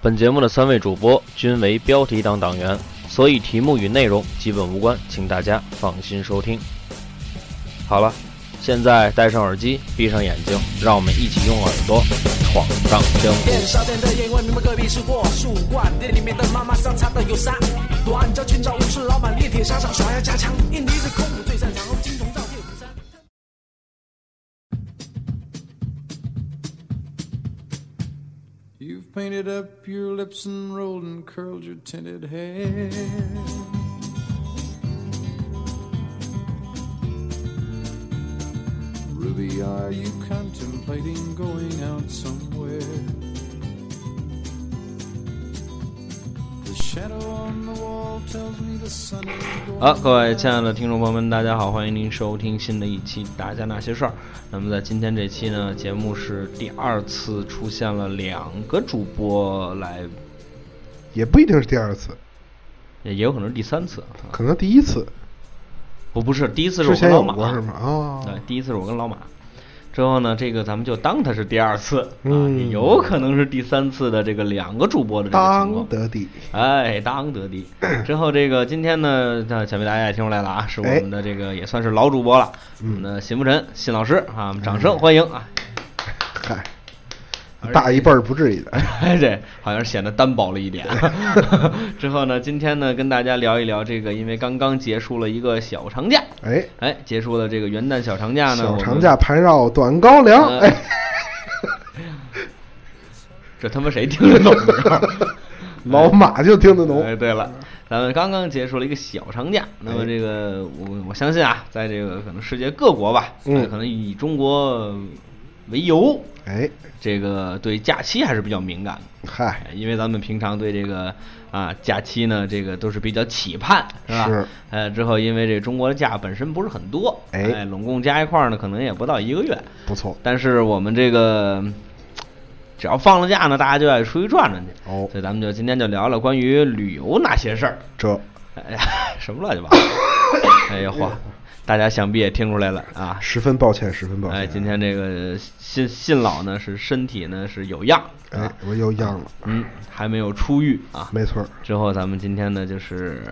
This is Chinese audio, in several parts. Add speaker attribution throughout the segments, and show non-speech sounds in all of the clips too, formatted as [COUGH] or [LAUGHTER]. Speaker 1: 本节目的三位主播均为标题党党员，所以题目与内容基本无关，请大家放心收听。好了，现在戴上耳机，闭上眼睛，让我们一起用耳朵闯荡江湖。
Speaker 2: 店小店的烟味弥漫隔壁是过树冠，店里面的妈妈桑擦的有啥？短脚裙找武士，老板练铁砂掌，耍呀家枪，印尼是功夫最擅长，金铜造铁五山。
Speaker 3: You've painted up your lips and rolled and curled your tinted hair. Ruby, are you contemplating going out somewhere? The shadow on the wall tells me the sun is going
Speaker 1: 好，各位亲爱的听众朋友们，大家好，欢迎您收听新的一期《大家那些事儿》。那么在今天这期呢，节目是第二次出现了两个主播来，
Speaker 4: 也不一定是第二次，
Speaker 1: 也也有可能是第三次。啊
Speaker 4: 可能第一次。
Speaker 1: 不不是，第一次是
Speaker 4: 之
Speaker 1: 我跟
Speaker 4: 前
Speaker 1: 老
Speaker 4: 有
Speaker 1: 马，啊
Speaker 4: 过是吗？哦，
Speaker 1: 对，第一次是我跟老马。之后呢，这个咱们就当它是第二次啊，
Speaker 4: 嗯
Speaker 1: 也有可能是第三次的这个两个主播的这个情
Speaker 4: 当
Speaker 1: 况。
Speaker 4: 得的，
Speaker 1: 哎，当得的。之后这个今天呢，那想必大家也听出来了啊，是我们的这个也算是老主播了，我
Speaker 4: 嗯
Speaker 1: 们的邢不尘邢老师啊，我们掌声欢迎啊！
Speaker 4: 嗨，嗯哎大一辈儿不至于的。
Speaker 1: 哎， [LAUGHS] 这好像显得单薄了一点。之后呢，今天呢，跟大家聊一聊这个，因为刚刚结束了一个小长假，
Speaker 4: 哎，
Speaker 1: 哎，结束了这个元旦小长假呢，我
Speaker 4: 小
Speaker 1: 们
Speaker 4: 长假盘绕短高粱，
Speaker 1: 呃 [LAUGHS]
Speaker 4: 哎，
Speaker 1: 这他妈谁听得懂啊？
Speaker 4: 老马就听得 [LAUGHS] 懂。
Speaker 1: 哎，对了，咱们刚刚结束了一个小长假，那
Speaker 4: 哎
Speaker 1: 么这个我我相信啊，在这个可能世界各国吧，
Speaker 4: 嗯
Speaker 1: 哎可能以中国为由，
Speaker 4: 哎，
Speaker 1: 这个对假期还是比较敏感的。
Speaker 4: 嗨，
Speaker 1: 哎因为咱们平常对这个啊假期呢，这个都是比较期盼，是吧？
Speaker 4: 是
Speaker 1: 呃，之后因为这中国的假本身不是很多，
Speaker 4: 哎
Speaker 1: 哎，拢共加一块儿呢，可能也不到一个月。
Speaker 4: 不错，
Speaker 1: 但是我们这个嗯只要放了假呢，大家就爱出去转转去。
Speaker 4: 哦
Speaker 1: 所以咱们就今天就聊聊关于旅游那些事儿。
Speaker 4: 这
Speaker 1: 哎呀，什么乱七八糟！哎呀嚯，大家想必也听出来了啊。
Speaker 4: 十分抱歉，十分抱歉。
Speaker 1: 哎，今天这个信信老呢是身体呢是有恙
Speaker 4: 哎
Speaker 1: 啊，，
Speaker 4: 我又怏了，
Speaker 1: 嗯，还没有出狱啊。
Speaker 4: 没错儿，
Speaker 1: 之后咱们今天呢就是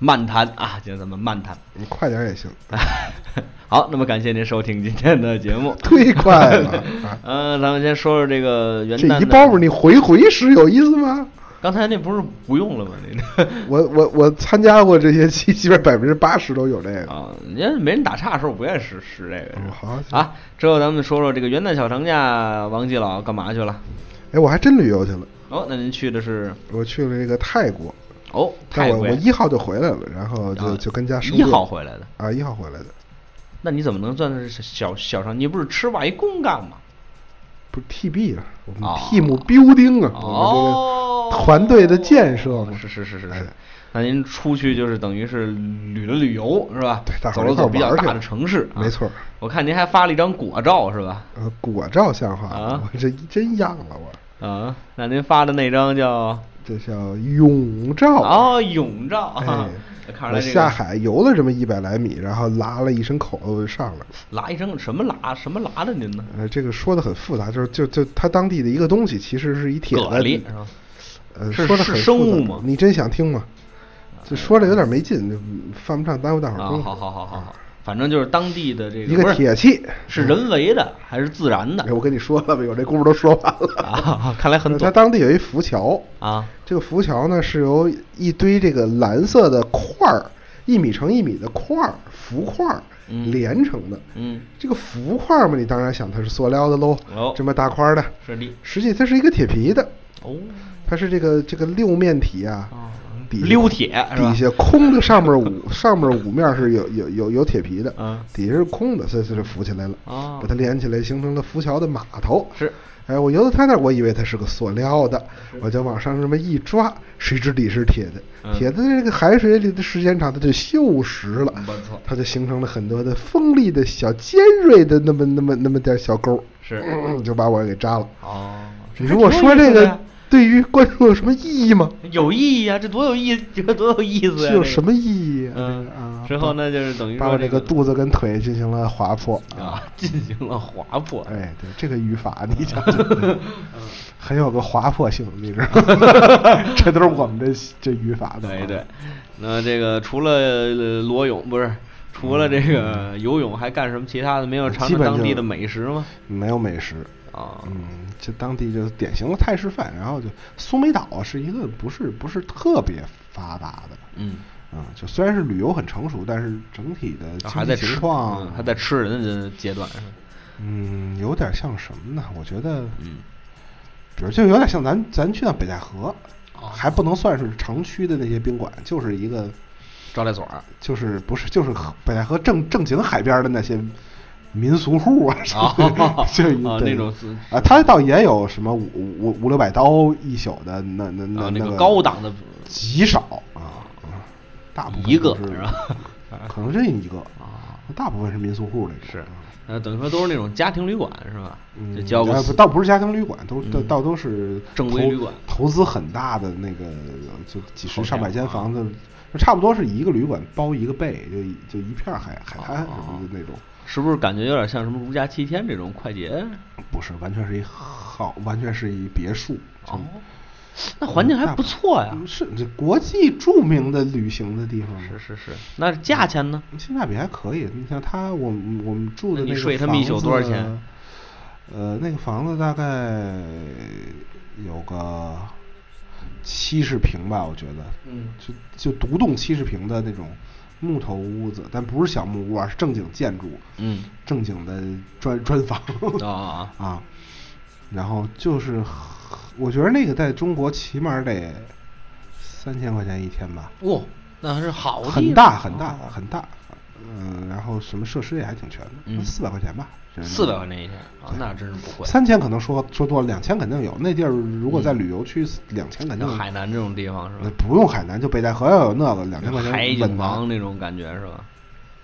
Speaker 1: 漫谈啊，今天咱们漫谈。 [LAUGHS]
Speaker 4: 你快点儿也行， [LAUGHS]
Speaker 1: 好，那么感谢您收听今天的节目。
Speaker 4: 忒快了。啊
Speaker 1: 嗯，咱们先说说这个元旦
Speaker 4: 这
Speaker 1: 的。
Speaker 4: 一包袱你回回使有意思吗？
Speaker 1: 刚才那不是不用了吗？那 [LAUGHS]
Speaker 4: 我我我参加过这些期，基本百分之八十都有这个。
Speaker 1: 啊，人家没人打岔的时候，我不愿意使使这个
Speaker 4: 嗯，好
Speaker 1: 是吧啊。之后咱们说说这个元旦小长假，王继老干嘛去了？
Speaker 4: 哎，我还真旅游去了，
Speaker 1: 哦，那您去的是
Speaker 4: 我去了这个泰国。
Speaker 1: 哦
Speaker 4: 但
Speaker 1: 泰
Speaker 4: 我
Speaker 1: 国
Speaker 4: 我
Speaker 1: 呀，
Speaker 4: 一号就回来了，然后就、
Speaker 1: 啊
Speaker 4: 就跟家收
Speaker 1: 一
Speaker 4: 队
Speaker 1: 号回来的，
Speaker 4: 啊，一号回来的，
Speaker 1: 那你怎么能算是小小长？你不是吃外公干吗？
Speaker 4: 不是 TB 啊，我们
Speaker 1: 哦
Speaker 4: team building 啊，
Speaker 1: 哦
Speaker 4: 我们这个团队的建设嘛，
Speaker 1: 是是是是
Speaker 4: 哎
Speaker 1: 是。那您出去就是等于是旅了旅游是吧
Speaker 4: 对，？大伙
Speaker 1: 走了走
Speaker 4: 儿一块儿
Speaker 1: 比较
Speaker 4: 玩去
Speaker 1: 大
Speaker 4: 了
Speaker 1: 的城市，啊
Speaker 4: 没错儿。。
Speaker 1: 我看您还发了一张果照是吧？
Speaker 4: 呃，果照像话
Speaker 1: 啊
Speaker 4: 我这真样了我，
Speaker 1: 啊，那您发的那张叫
Speaker 4: 这叫泳照。
Speaker 1: 哦，泳照啊
Speaker 4: 哎，
Speaker 1: 看
Speaker 4: 我
Speaker 1: 来这
Speaker 4: 下
Speaker 1: 个
Speaker 4: 海游了这么一百来米，然后拉了一身口子我就上来了。
Speaker 1: 拉一声什么拉什么拉的您呢？
Speaker 4: 呃，这个说的很复杂，就是就就它当地的一个东西，其实是一铁
Speaker 1: 蛤
Speaker 4: 的，
Speaker 1: 蜊是吧？
Speaker 4: 呃，
Speaker 1: 是
Speaker 4: 说的
Speaker 1: 是
Speaker 4: 很复
Speaker 1: 生
Speaker 4: 杂
Speaker 1: 物吗呃
Speaker 4: 你真想听吗？就说着有点没劲，就犯不上耽误大伙
Speaker 1: 啊，
Speaker 4: 儿
Speaker 1: 好
Speaker 4: 功夫。
Speaker 1: 好好好好，反正就是当地的这
Speaker 4: 嗯一
Speaker 1: 个不是
Speaker 4: 个铁器，
Speaker 1: 是人为的还是自然的
Speaker 4: 哎我跟你说了吧，我这故事都说完了。
Speaker 1: 啊？ [LAUGHS] 看来很
Speaker 4: 它
Speaker 1: 懂
Speaker 4: 当地有一浮桥，
Speaker 1: 啊。
Speaker 4: 这个浮桥呢是由一堆这个蓝色的块儿，一米乘一米的块儿浮块儿
Speaker 1: 嗯
Speaker 4: 连成的。
Speaker 1: 嗯，
Speaker 4: 这个浮块儿嘛，你当然想它是塑料的喽
Speaker 1: 哦，
Speaker 4: 这么大块儿的，
Speaker 1: 是的
Speaker 4: 实际它是一个铁皮的，
Speaker 1: 哦
Speaker 4: 它是这个这个六面体啊，
Speaker 1: 哦，
Speaker 4: 底下
Speaker 1: 溜铁是吧
Speaker 4: 底？下空的，上面五 [LAUGHS] 上面五面是有有有有铁皮的，
Speaker 1: 嗯
Speaker 4: 底下是空的，所以它就浮起来了，
Speaker 1: 哦
Speaker 4: 把它连起来，形成了浮桥的码头。
Speaker 1: 是，
Speaker 4: 哎，我游到它那儿，我以为它是个塑料的，我就往上这么一抓，谁知底是铁
Speaker 1: 嗯
Speaker 4: 的，铁的这个海水里的时间长，它就锈蚀了，
Speaker 1: 不错
Speaker 4: 它就形成了很多的锋利的小尖锐的那么那么那么点儿小钩，
Speaker 1: 是
Speaker 4: 嗯就把我给扎了。
Speaker 1: 哦，
Speaker 4: 你说我说这个对于观众有什么意义吗？
Speaker 1: 有意义啊，这多有意， [LAUGHS] 这多有意思呀！
Speaker 4: 这有什么意义啊？
Speaker 1: 嗯
Speaker 4: 这个啊，
Speaker 1: 之后呢就是等于
Speaker 4: 把
Speaker 1: 说
Speaker 4: 我
Speaker 1: 这
Speaker 4: 这个
Speaker 1: 个
Speaker 4: 肚子跟腿进行了划破
Speaker 1: [LAUGHS]
Speaker 4: 哎
Speaker 1: 这个？啊，进行了划破。 [LAUGHS]
Speaker 4: 哎，对，这个语法你讲讲。很有个滑坡性，你知道吗？ [LAUGHS] 这都是我们这这语法的。
Speaker 1: 对对，那这个除了呃裸泳不是，除了这个游泳，还干什么其他的？没有尝
Speaker 4: 嗯基
Speaker 1: 尝
Speaker 4: 本就
Speaker 1: 当地的美食吗？
Speaker 4: 没有美食，
Speaker 1: 啊，
Speaker 4: 嗯，这当地就是典型的泰式饭。然后就苏梅岛是一个不是不是特别发达的，
Speaker 1: 嗯，
Speaker 4: 嗯，就虽然是旅游很成熟，但是整体的经济
Speaker 1: 啊还在
Speaker 4: 情
Speaker 1: 吃，
Speaker 4: 况、
Speaker 1: 嗯还在吃人的阶段，是吧
Speaker 4: 嗯，有点像什么呢？我觉得，
Speaker 1: 嗯，
Speaker 4: 比如就有点像咱咱去趟北戴河，
Speaker 1: 哦
Speaker 4: 还不能算是城区的那些宾馆，就是一个
Speaker 1: 招待所
Speaker 4: [LAUGHS]
Speaker 1: 儿
Speaker 4: 就是不是就是北戴河正正经海边的那些民俗户
Speaker 1: [LAUGHS]
Speaker 4: 啊，
Speaker 1: 哦
Speaker 4: 就一
Speaker 1: 哦
Speaker 4: 对
Speaker 1: 那种自
Speaker 4: 啊，他倒也有什么五五五六百刀一宿的，那那呃那、
Speaker 1: 啊，
Speaker 4: 那
Speaker 1: 那
Speaker 4: 个
Speaker 1: 个高档的
Speaker 4: 极少啊，大部分
Speaker 1: 一个
Speaker 4: 都是
Speaker 1: 是吧？
Speaker 4: 可能就一个，
Speaker 1: 啊，
Speaker 4: 大部分是民宿户这种
Speaker 1: 是，呃，等于说都是那种家庭旅馆是吧？
Speaker 4: 嗯
Speaker 1: 就交个嗯
Speaker 4: 呃不倒不是家庭旅馆，都倒倒都是
Speaker 1: 正规
Speaker 4: 投
Speaker 1: 旅馆
Speaker 4: 投资很大的那个，就几十
Speaker 1: 好
Speaker 4: 上百
Speaker 1: 家
Speaker 4: 间
Speaker 1: 伙
Speaker 4: 房子，就差不多是一个旅馆包一个被，就一就一片海海滩
Speaker 1: 啊
Speaker 4: 什么的那种，
Speaker 1: 是不是感觉有点像什么如家七天这种快捷？
Speaker 4: 不是完全是一好，完全是一别墅。就
Speaker 1: 哦，那环境还不错呀。
Speaker 4: 嗯是这国际著名的旅行的地方嘛
Speaker 1: 是是是，那价钱呢？
Speaker 4: 性价比还可以。你像他，我们我们住的
Speaker 1: 那你
Speaker 4: 个
Speaker 1: 睡他们一
Speaker 4: 房
Speaker 1: 宿多少
Speaker 4: 子
Speaker 1: 钱？
Speaker 4: 呃，那个房子大概有个七十平吧，我觉得，
Speaker 1: 嗯
Speaker 4: 就就独栋七十平的那种木头屋子，但不是小木屋啊，是正经建筑，
Speaker 1: 嗯，
Speaker 4: 正经的砖砖
Speaker 1: [LAUGHS]
Speaker 4: 房
Speaker 1: 啊啊
Speaker 4: 啊。然后就是，我觉得那个在中国起码得三千块钱一天吧。
Speaker 1: 哇，那还是好地
Speaker 4: 很
Speaker 1: 方啊
Speaker 4: 大很大很大，嗯，然后什么设施也还挺全
Speaker 1: 嗯
Speaker 4: 的，四百块钱吧，
Speaker 1: 四百块钱一天啊，那真是不贵。
Speaker 4: 三千可能说说多了，两千肯定有。那地儿如果在旅游区，两千肯定
Speaker 1: 像海南这种地方是
Speaker 4: 呃
Speaker 1: 吧？
Speaker 4: 不用海南，就北戴河要有那个两千块钱
Speaker 1: 海景
Speaker 4: 稳啊拿
Speaker 1: 房那种感觉是吧？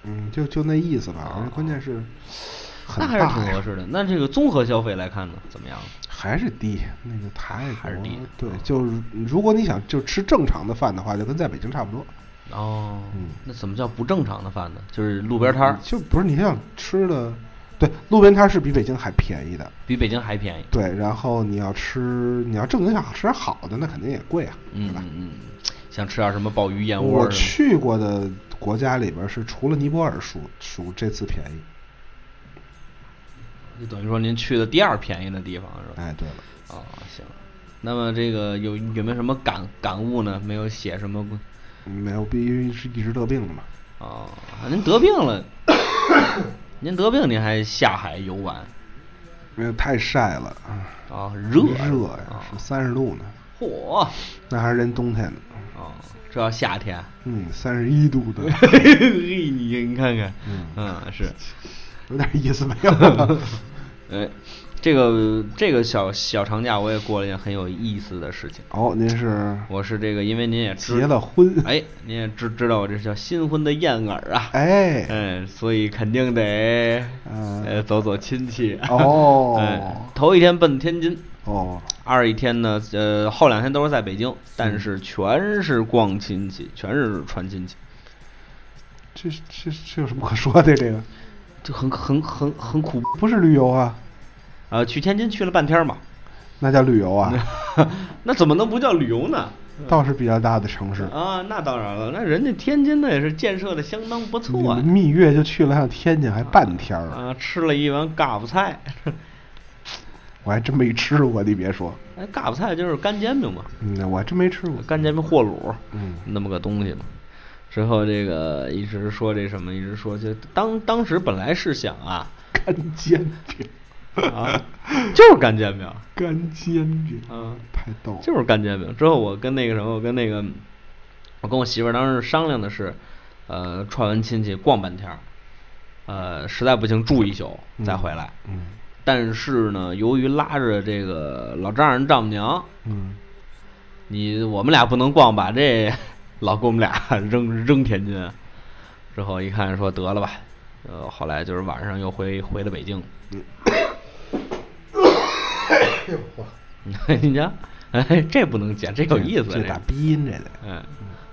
Speaker 4: 嗯，就就那意思吧。而且关键是
Speaker 1: 哦那
Speaker 4: 很
Speaker 1: 还
Speaker 4: 大
Speaker 1: 是
Speaker 4: 呀，嗯
Speaker 1: 挺合适的。那这个综合消费来看呢，怎么样？
Speaker 4: 还是低，那个泰国
Speaker 1: 还是低嗯
Speaker 4: 对，就是如果你想就吃正常的饭的话，就跟在北京差不多。
Speaker 1: 哦
Speaker 4: 嗯，
Speaker 1: 那怎么叫不正常的饭呢？就是路边摊儿
Speaker 4: 就不是你想吃的，对，路边摊儿是比北京还便宜的。
Speaker 1: 比北京还便宜。
Speaker 4: 对，然后你要吃，你要正经想吃点好的，那肯定也贵啊，
Speaker 1: 嗯
Speaker 4: 对吧？
Speaker 1: 嗯嗯，想吃点什么鲍鱼燕窝
Speaker 4: 我
Speaker 1: 儿什么的？
Speaker 4: 去过的国家里边是除了尼泊尔属属这次便宜，
Speaker 1: 就等于说您去的第二便宜的地方是吧？
Speaker 4: 哎，对了，
Speaker 1: 啊、行。那么这个有有没有什么感感悟呢？没有写什么
Speaker 4: 没有，必须是一直得病的嘛。
Speaker 1: 啊、您得病了，您得病您还下海游玩
Speaker 4: 因为太晒了，啊
Speaker 1: 啊？热
Speaker 4: 热
Speaker 1: 啊
Speaker 4: 呀，是三十度呢，
Speaker 1: 嚯啊、
Speaker 4: 那还是人冬天呢，
Speaker 1: 这要夏
Speaker 4: [LAUGHS]
Speaker 1: 天，
Speaker 4: 嗯，三十一度
Speaker 1: [LAUGHS]
Speaker 4: 的，
Speaker 1: 嘿，你你看看，
Speaker 4: 嗯 [LAUGHS]
Speaker 1: 是，
Speaker 4: 有点意思没有？啊
Speaker 1: 哎，这个这个小小长假我也过了一件很有意思的事情。
Speaker 4: [LAUGHS] 哦，您是
Speaker 1: 我是这个，因为您也知
Speaker 4: 结了婚，
Speaker 1: 哎，您也知知道我这叫新婚的燕尔啊，
Speaker 4: 哎
Speaker 1: 嗯，所以肯定得，
Speaker 4: 嗯
Speaker 1: 呃，走走亲戚。
Speaker 4: 哦
Speaker 1: 嗯，头一天奔天津，
Speaker 4: 哦，
Speaker 1: 二一天呢，呃，后两天都是在北
Speaker 4: 嗯
Speaker 1: 京，但是全是逛亲戚，全是串亲戚，
Speaker 4: 这这这有什么可说的？这个
Speaker 1: 就很很很很苦。
Speaker 4: 不是旅游啊，
Speaker 1: 啊，去天津去了半天嘛，
Speaker 4: 那叫旅游啊。
Speaker 1: [LAUGHS] 那怎么能不叫旅游呢？
Speaker 4: 倒是比较大的城市。
Speaker 1: 啊，那当然了，那人家天津呢也是建设的相当不
Speaker 4: 你
Speaker 1: 错啊。
Speaker 4: 蜜月就去了趟天津，还半天儿，
Speaker 1: 啊，吃了一碗嘎巴菜，
Speaker 4: 我还真没吃过。你别说，
Speaker 1: 哎，嘎巴菜就是干煎饼嘛，
Speaker 4: 嗯，我还真没吃过。
Speaker 1: 干煎饼和卤，
Speaker 4: 嗯
Speaker 1: 那么个东西嘛。之后这个一直说这什么，一直说就当当时本来是想啊，
Speaker 4: 干煎饼， [LAUGHS]
Speaker 1: 啊，就是干煎饼，
Speaker 4: 干煎饼，
Speaker 1: 嗯
Speaker 4: 太逗了。
Speaker 1: 就是干煎饼。之后我跟那个什么，我跟那个，我跟我媳妇儿当时商量的是，呃，串完亲戚逛半天儿，呃，实在不行住一宿再回来。
Speaker 4: 嗯
Speaker 1: 但是呢，由于拉着这个老丈人丈母娘，
Speaker 4: 嗯，
Speaker 1: 你我们俩不能光把这 [LAUGHS] 老给我们俩 [LAUGHS] 扔扔天津。之后一看说得了吧，呃，后来就是晚上又回回的北 [LAUGHS] 京。你瞧，哎，这不能剪，这有意思，
Speaker 4: 这
Speaker 1: 个
Speaker 4: 打鼻音这得。
Speaker 1: 嗯，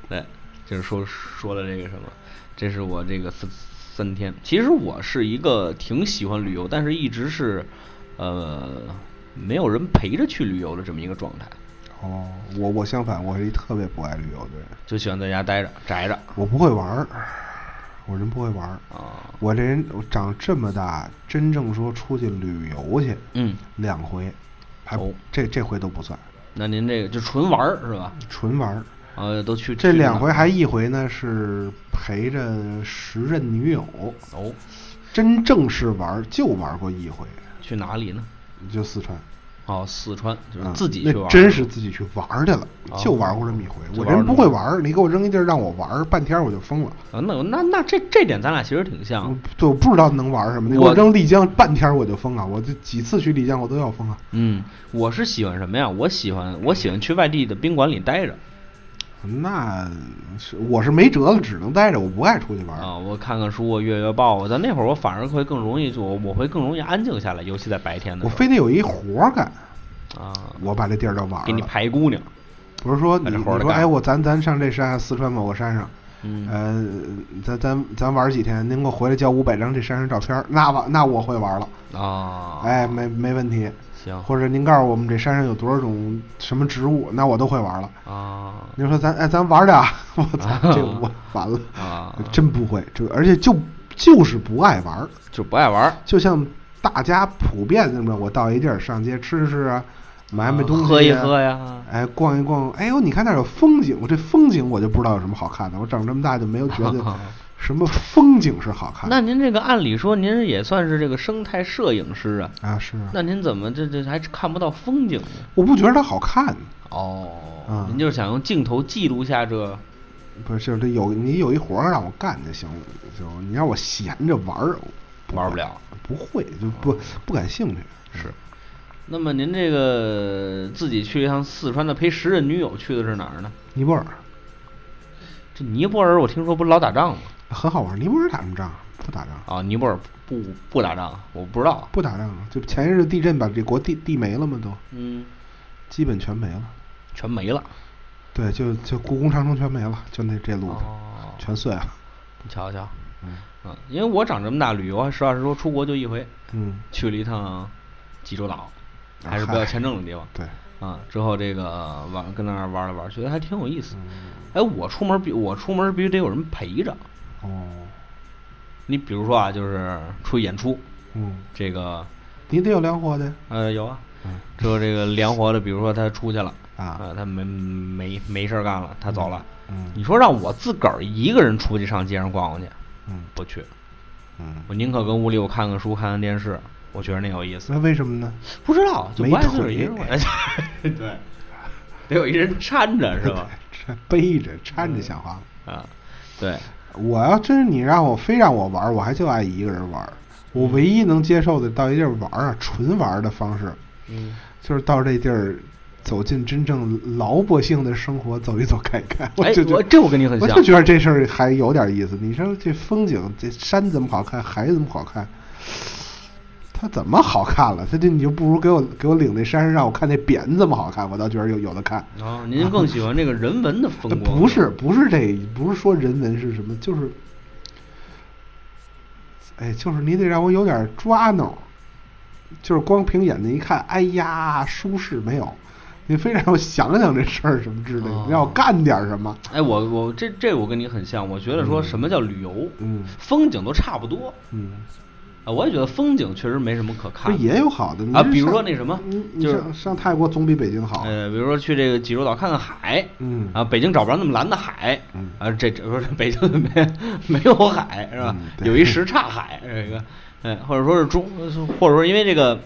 Speaker 1: 对，就是说说了这个什么，这是我这个三三天。其实我是一个挺喜欢旅游，但是一直是呃没有人陪着去旅游的这么一个状态，
Speaker 4: 哦，我我相反，我是一特别不爱旅游的人，
Speaker 1: 就喜欢在家待着宅着
Speaker 4: 我不会玩儿，我人不会玩儿。
Speaker 1: 啊。
Speaker 4: 我这人我长这么大，真正说出去旅游去，
Speaker 1: 嗯，
Speaker 4: 两回，还、
Speaker 1: 哦
Speaker 4: 这这回都不算，
Speaker 1: 那您这个就纯玩儿是吧？
Speaker 4: 纯玩儿。
Speaker 1: 呃，都去
Speaker 4: 这
Speaker 1: 去
Speaker 4: 两
Speaker 1: 哪儿
Speaker 4: 回还一回呢，是陪着时任女友，
Speaker 1: 哦，
Speaker 4: 真正是玩儿就玩儿过一回，
Speaker 1: 去哪里呢？
Speaker 4: 就四川。
Speaker 1: 哦，四川就是
Speaker 4: 嗯
Speaker 1: 自己去玩
Speaker 4: 那
Speaker 1: 儿，
Speaker 4: 真是自己去玩儿去了，就
Speaker 1: 哦
Speaker 4: 玩过这么一回。
Speaker 1: 就
Speaker 4: 我
Speaker 1: 玩
Speaker 4: 人
Speaker 1: 儿那
Speaker 4: 不
Speaker 1: 么
Speaker 4: 会玩儿，你给我扔一地儿让我玩儿，半天儿我就疯了。
Speaker 1: 啊，那那那这这点咱俩其实挺
Speaker 4: 我
Speaker 1: 像，
Speaker 4: 对，我不知道能玩儿什么。你给我
Speaker 1: 啊我
Speaker 4: 扔丽江，半天儿我就疯了。我这几次去丽江我都要疯啊了。
Speaker 1: 嗯，我是喜欢什么呀？我喜欢我喜欢去外地的宾馆里待着
Speaker 4: 那是我是没辙了，只能待着，我不爱出去玩儿。
Speaker 1: 啊，我看看书，我阅阅报，我在那会儿我反而会更容易，我我会更容易安静下来，尤其在白天的
Speaker 4: 我
Speaker 1: 时候
Speaker 4: 非得有一活儿干，
Speaker 1: 啊，
Speaker 4: 我把这地儿都玩儿
Speaker 1: 给你
Speaker 4: 了
Speaker 1: 排姑娘，
Speaker 4: 不是说
Speaker 1: 把
Speaker 4: 你
Speaker 1: 这
Speaker 4: 你
Speaker 1: 活儿都
Speaker 4: 说
Speaker 1: 干
Speaker 4: 哎，我咱咱上这山四川某个山上，
Speaker 1: 嗯，
Speaker 4: 呃，咱咱咱玩儿几天，您给我回来交五百张这山上照片儿，那我那我会玩儿了。
Speaker 1: 啊，
Speaker 4: 哎，没没问题。
Speaker 1: 行
Speaker 4: 或者您告诉我们这山上有多少种什么植物，那我都会玩了。
Speaker 1: 啊
Speaker 4: 您说咱哎，咱玩
Speaker 1: [LAUGHS]
Speaker 4: 点儿啊，我操，这
Speaker 1: 哦
Speaker 4: 我完了，
Speaker 1: 啊，
Speaker 4: 真不会，这而且就就是不爱玩儿，
Speaker 1: 就不爱玩儿，
Speaker 4: 就像大家普遍那么，我到一地儿上街吃吃啊，买
Speaker 1: 啊
Speaker 4: 买东西、
Speaker 1: 喝一喝呀
Speaker 4: 哎，逛一逛，哎呦，你看那儿有风景，我这风景我就不知道有什么好看的，我长这么大就没有觉得
Speaker 1: [LAUGHS]
Speaker 4: 什么风景是好看的。
Speaker 1: 那您这个按理说您也算是这个生态摄影师啊，
Speaker 4: 啊，是啊，
Speaker 1: 那您怎么这这还看不到风景呢？
Speaker 4: 我不觉得它好看，
Speaker 1: 哦
Speaker 4: 嗯，
Speaker 1: 您就是想用镜头记录下这，
Speaker 4: 不是，就是有你有一活儿让我干就行了，就你让我闲着玩儿，我
Speaker 1: 玩不
Speaker 4: 会
Speaker 1: 了，
Speaker 4: 不会就不不感兴趣。
Speaker 1: 是。那么您这个自己去一趟四川的，陪时任女友去的是哪儿呢？
Speaker 4: 尼泊尔
Speaker 1: 这尼泊尔我听说不是老打仗吗？
Speaker 4: 很好玩儿，尼泊尔打什么仗？不打仗，
Speaker 1: 啊，尼泊尔不不打仗，我不知道。
Speaker 4: 不打仗，就前一日地震把这国地地没了嘛，都
Speaker 1: 嗯，
Speaker 4: 基本全没了。
Speaker 1: 全没了。
Speaker 4: 对，就就故宫长城全没了，就那这路子、
Speaker 1: 哦
Speaker 4: 全碎了。
Speaker 1: 你瞧瞧，
Speaker 4: 嗯
Speaker 1: 嗯，因为我长这么大旅游，实话实说，出国就一回，
Speaker 4: [LAUGHS] 嗯，
Speaker 1: 去了一趟济州岛，
Speaker 4: 啊
Speaker 1: 还是不要
Speaker 4: 嗨
Speaker 1: 签证的地方。
Speaker 4: 对，
Speaker 1: 啊，之后这个玩跟那儿玩了玩，觉得还挺有意思。
Speaker 4: 嗯
Speaker 1: 哎，我出门必我出门必须得有人陪着。
Speaker 4: 哦，
Speaker 1: 你比如说啊，就是出去演出，
Speaker 4: 嗯，
Speaker 1: 这个
Speaker 4: 你得有良火的。
Speaker 1: 呃有啊，
Speaker 4: 嗯
Speaker 1: [LAUGHS] 之后这个灵活的，比如说他出去了
Speaker 4: 啊
Speaker 1: 呃他没没没事儿干了，他走了。
Speaker 4: 嗯
Speaker 1: 你说让我自个儿一个人出去上街上逛逛去，
Speaker 4: 嗯
Speaker 1: 不去，
Speaker 4: 嗯，
Speaker 1: 我宁可跟屋里我看看书，看看电视，我觉得那有意思
Speaker 4: 那。为什么呢？
Speaker 1: 不知道，就
Speaker 4: 没
Speaker 1: 不爱自个儿
Speaker 4: 腿
Speaker 1: 一人玩。对，得有一人搀着是吧？
Speaker 4: 这 [LAUGHS] 背着搀着像话吗？
Speaker 1: 啊，对，
Speaker 4: 我要真是你让我非让我玩儿，我还就爱一个人玩儿。我唯一能接受的到一地儿玩儿啊，纯玩儿的方式，
Speaker 1: 嗯，
Speaker 4: 就是到这地儿走进真正老百姓的生活，走一走看一看。我
Speaker 1: 哎
Speaker 4: 就觉
Speaker 1: 我这我跟你很
Speaker 4: 我就
Speaker 1: 像
Speaker 4: 觉得这事儿还有点意思。你说这风景，这山怎么好看，海怎么好看？它怎么好看了？它这你就不如给我给我领那山上，让我看那匾怎么好看，我倒觉得有有的看。
Speaker 1: 哦，您更喜欢这个人文的风光？
Speaker 4: 呃不是，不是这，不是说人文是什么，就是，哎，就是你得让我有点抓挠，就是光凭眼睛一看，哎呀，舒适没有，你非让我想想这事儿什么之类的，
Speaker 1: 哦
Speaker 4: 你让我干点什么，
Speaker 1: 哎，我我这这我跟你很像，我觉得说什么叫旅游，
Speaker 4: 嗯
Speaker 1: 风景都差不多
Speaker 4: 嗯，
Speaker 1: 啊，我也觉得风景确实没什么可
Speaker 4: 不
Speaker 1: 看
Speaker 4: 是
Speaker 1: 的。
Speaker 4: 也有好的你
Speaker 1: 啊，
Speaker 4: 这
Speaker 1: 比如
Speaker 4: 上
Speaker 1: 说那什么
Speaker 4: 你，你
Speaker 1: 就是
Speaker 4: 上上泰国总比北京好，
Speaker 1: 呃，比如说去这个济州岛看看海，
Speaker 4: 嗯
Speaker 1: 啊，北京找不着那么蓝的海，
Speaker 4: 嗯
Speaker 1: 啊，这这不是北京没没有海是吧？
Speaker 4: 嗯对
Speaker 1: 有一什刹海，这个，嗯，或者说是中，或者说因为这个，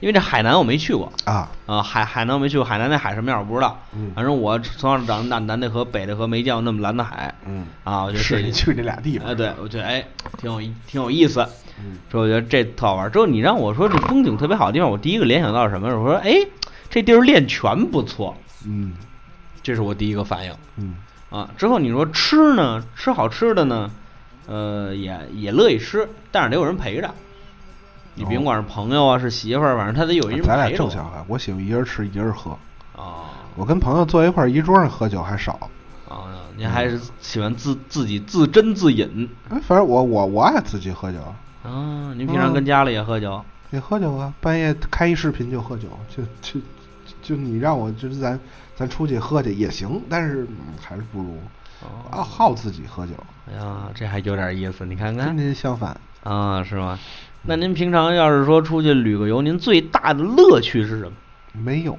Speaker 1: 因为这海南我没去过，
Speaker 4: 啊，
Speaker 1: 啊，海海南我没去过，海南那海什么样我不知道，
Speaker 4: 嗯
Speaker 1: 反正我从小长大，南戴河、北戴河没见过那么蓝的海，
Speaker 4: 嗯
Speaker 1: 啊，我觉得
Speaker 4: 是
Speaker 1: 这
Speaker 4: 你去这俩地方
Speaker 1: 哎，对，我觉得哎，挺有意挺有意思，
Speaker 4: 嗯
Speaker 1: 之后我觉得这特好玩儿。之后你让我说这风景特别好的地方，我第一个联想到是什么？我说哎，这地儿练拳不错，
Speaker 4: 嗯
Speaker 1: 这是我第一个反应
Speaker 4: 嗯
Speaker 1: 啊。之后你说吃呢，吃好吃的呢，呃，也也乐意吃，但是得有人陪着。你
Speaker 4: 哦
Speaker 1: 甭管是朋友啊，是媳妇儿，反正他得有一人
Speaker 4: 咱俩
Speaker 1: 陪着
Speaker 4: 正
Speaker 1: 我。
Speaker 4: 相反，我喜欢一人吃一人喝，
Speaker 1: 啊
Speaker 4: 我跟朋友坐一块儿一桌上喝酒还少。
Speaker 1: 啊，您还是喜欢自自己自斟自饮
Speaker 4: 哎，反正我我我爱自己喝酒，
Speaker 1: 啊？您平常跟家里也喝酒？
Speaker 4: 也喝酒啊，半夜开一视频就喝酒，就就就你让我就是咱咱出去喝去也行，但是、嗯还是不如
Speaker 1: 哦
Speaker 4: 啊好自己喝酒，
Speaker 1: 哎呀，这还有点意思，你看看
Speaker 4: 跟您相反，
Speaker 1: 啊，是吗？那您平常要是说出去旅个游，您最大的乐趣是什么？
Speaker 4: 没有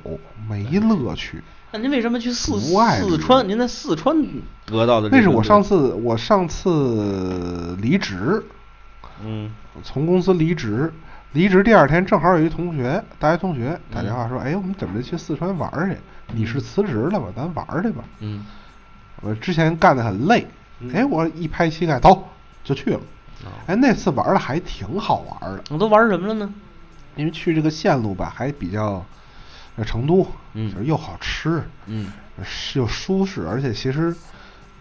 Speaker 4: 没乐趣。
Speaker 1: 那您为什么去四
Speaker 4: 不爱旅游
Speaker 1: 四川？您在四川得到的这
Speaker 4: 那是
Speaker 1: 份
Speaker 4: 我
Speaker 1: 乐
Speaker 4: 上次我上次离职，
Speaker 1: 嗯
Speaker 4: 从公司离职，离职第二天正好有一同学，大学同学打电话说：“哎，我们准备去四川玩儿去，你是辞职了吗？咱玩儿去吧。
Speaker 1: 嗯，”
Speaker 4: 我之前干得很累，哎，我一拍膝盖，走就去了。
Speaker 1: 哦
Speaker 4: 哎，那次玩的还挺好玩的，
Speaker 1: 我都玩什么了呢？
Speaker 4: 因为去这个线路吧，还比较，呃，成都，
Speaker 1: 嗯
Speaker 4: 就是又好吃，
Speaker 1: 嗯
Speaker 4: 是又舒适，而且其实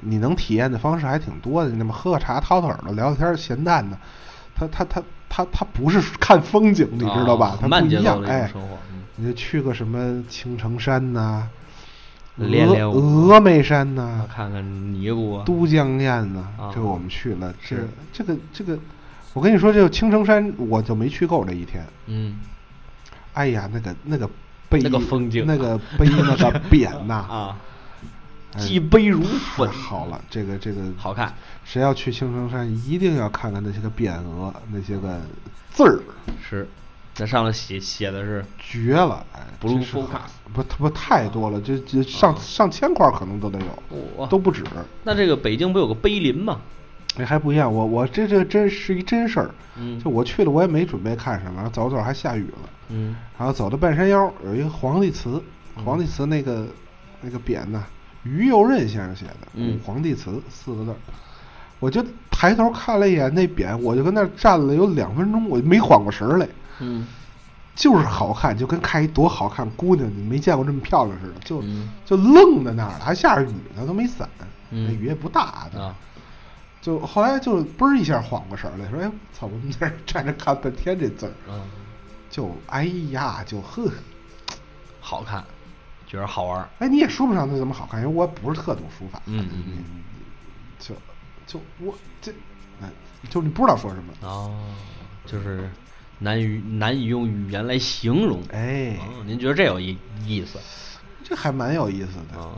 Speaker 4: 你能体验的方式还挺多的。你那么喝个茶、掏掏耳朵、聊聊天、闲淡的，它它它它它不是看风景，你知道吧？
Speaker 1: 啊
Speaker 4: 它
Speaker 1: 慢
Speaker 4: 不
Speaker 1: 节
Speaker 4: 一样
Speaker 1: 奏，的一种
Speaker 4: 哎
Speaker 1: 生活嗯，
Speaker 4: 你就去个什么青城山呐、
Speaker 1: 练练哦
Speaker 4: 峨
Speaker 1: 武
Speaker 4: 峨眉山呐、
Speaker 1: 看看尼姑啊，
Speaker 4: 都江堰呐、
Speaker 1: 啊
Speaker 4: 这个我们去了。这
Speaker 1: 是
Speaker 4: 这个这个，我跟你说，这个青城山我就没去够这一天。
Speaker 1: 嗯
Speaker 4: 哎呀，那个那个背
Speaker 1: 那个风景啊
Speaker 4: 那个碑那个匾呐、
Speaker 1: [LAUGHS] 啊，
Speaker 4: 哎
Speaker 1: 积悲如粉
Speaker 4: 太，好了，这个这个
Speaker 1: 好看。
Speaker 4: 谁要去青城山，一定要看看那些个匾额，那些个字儿，
Speaker 1: 是，那上面写写的是
Speaker 4: 绝了！哎，
Speaker 1: Blue
Speaker 4: 真是
Speaker 1: Focus
Speaker 4: 不，它不太多了，这这上、上千块可能都得
Speaker 1: 啊哇
Speaker 4: 有，都不止。
Speaker 1: 那这个北京不有个碑林吗？
Speaker 4: 那还不一样，我我这这真是一真事儿。
Speaker 1: 嗯
Speaker 4: 就我去了，我也没准备看什么，然后走着走着还下雨了，
Speaker 1: 嗯
Speaker 4: 然后走到半山腰有一个皇帝祠，皇帝祠那个、那个匾呢，于右任先生写的“
Speaker 1: 嗯
Speaker 4: 古皇帝祠”四个字儿，我就抬头看了一眼那匾，我就跟那儿站了有两分钟，我没缓过神儿来，
Speaker 1: 嗯
Speaker 4: 就是好看，就跟看一多好看姑娘，你没见过这么漂亮似的，就、
Speaker 1: 嗯
Speaker 4: 就愣在那儿了，还下着雨呢，都没伞，
Speaker 1: 嗯
Speaker 4: 那雨也不大，对吧
Speaker 1: 啊，
Speaker 4: 就后来就嘣儿一下缓过神儿来，说：“哎，操！我们在这儿站着看半天这字儿，
Speaker 1: 嗯，
Speaker 4: 就哎呀，就呵，
Speaker 1: 好看，觉得好玩儿。
Speaker 4: 哎，你也说不上它怎么好看，因为我也不是特懂书法，
Speaker 1: 嗯嗯嗯，
Speaker 4: 就就我这，哎，就你不知道说什么，
Speaker 1: 哦，就是难于难以用语言来形容。
Speaker 4: 哎
Speaker 1: 哦您觉得这有意意思？
Speaker 4: 这还蛮有意思的。
Speaker 1: 啊，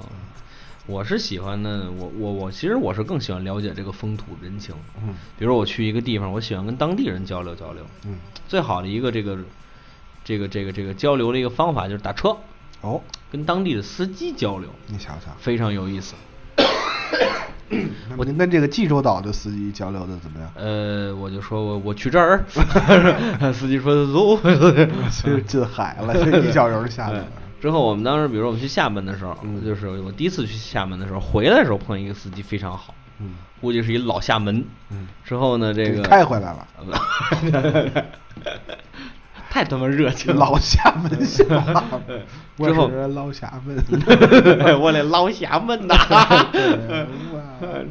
Speaker 1: 我是喜欢呢，我我我其实我是更喜欢了解这个风土人情。
Speaker 4: 嗯
Speaker 1: 比如我去一个地方，我喜欢跟当地人交流交流。
Speaker 4: 嗯，
Speaker 1: 最好的一个这个这个这个这个交流的一个方法就是打车，
Speaker 4: 哦，
Speaker 1: 跟当地的司机交流，
Speaker 4: 你瞧瞧，
Speaker 1: 非常有意思。
Speaker 4: 那么您跟这个济州岛的司机交流的
Speaker 1: [LAUGHS]
Speaker 4: 怎么样？
Speaker 1: 呃，我就说我我去这儿， [LAUGHS] 司机说走。 [LAUGHS]
Speaker 4: 这进海了，这一脚油就下来
Speaker 1: 对
Speaker 4: 了。
Speaker 1: 之后我们当时，比如我们去厦门的时候，就是我第一次去厦门的时候，回来的时候碰见一个司机非常好，
Speaker 4: 嗯
Speaker 1: 估计是一老厦门。
Speaker 4: 嗯，
Speaker 1: 之后呢，这
Speaker 4: 给
Speaker 1: 个
Speaker 4: 开回
Speaker 1: [LAUGHS]
Speaker 4: 来了，
Speaker 1: 太他妈热情了，，
Speaker 4: 老厦门笑话我
Speaker 1: 之后
Speaker 4: 是老厦
Speaker 1: [LAUGHS]
Speaker 4: 门。
Speaker 1: [LAUGHS] 我得捞侠们呐。
Speaker 4: [LAUGHS]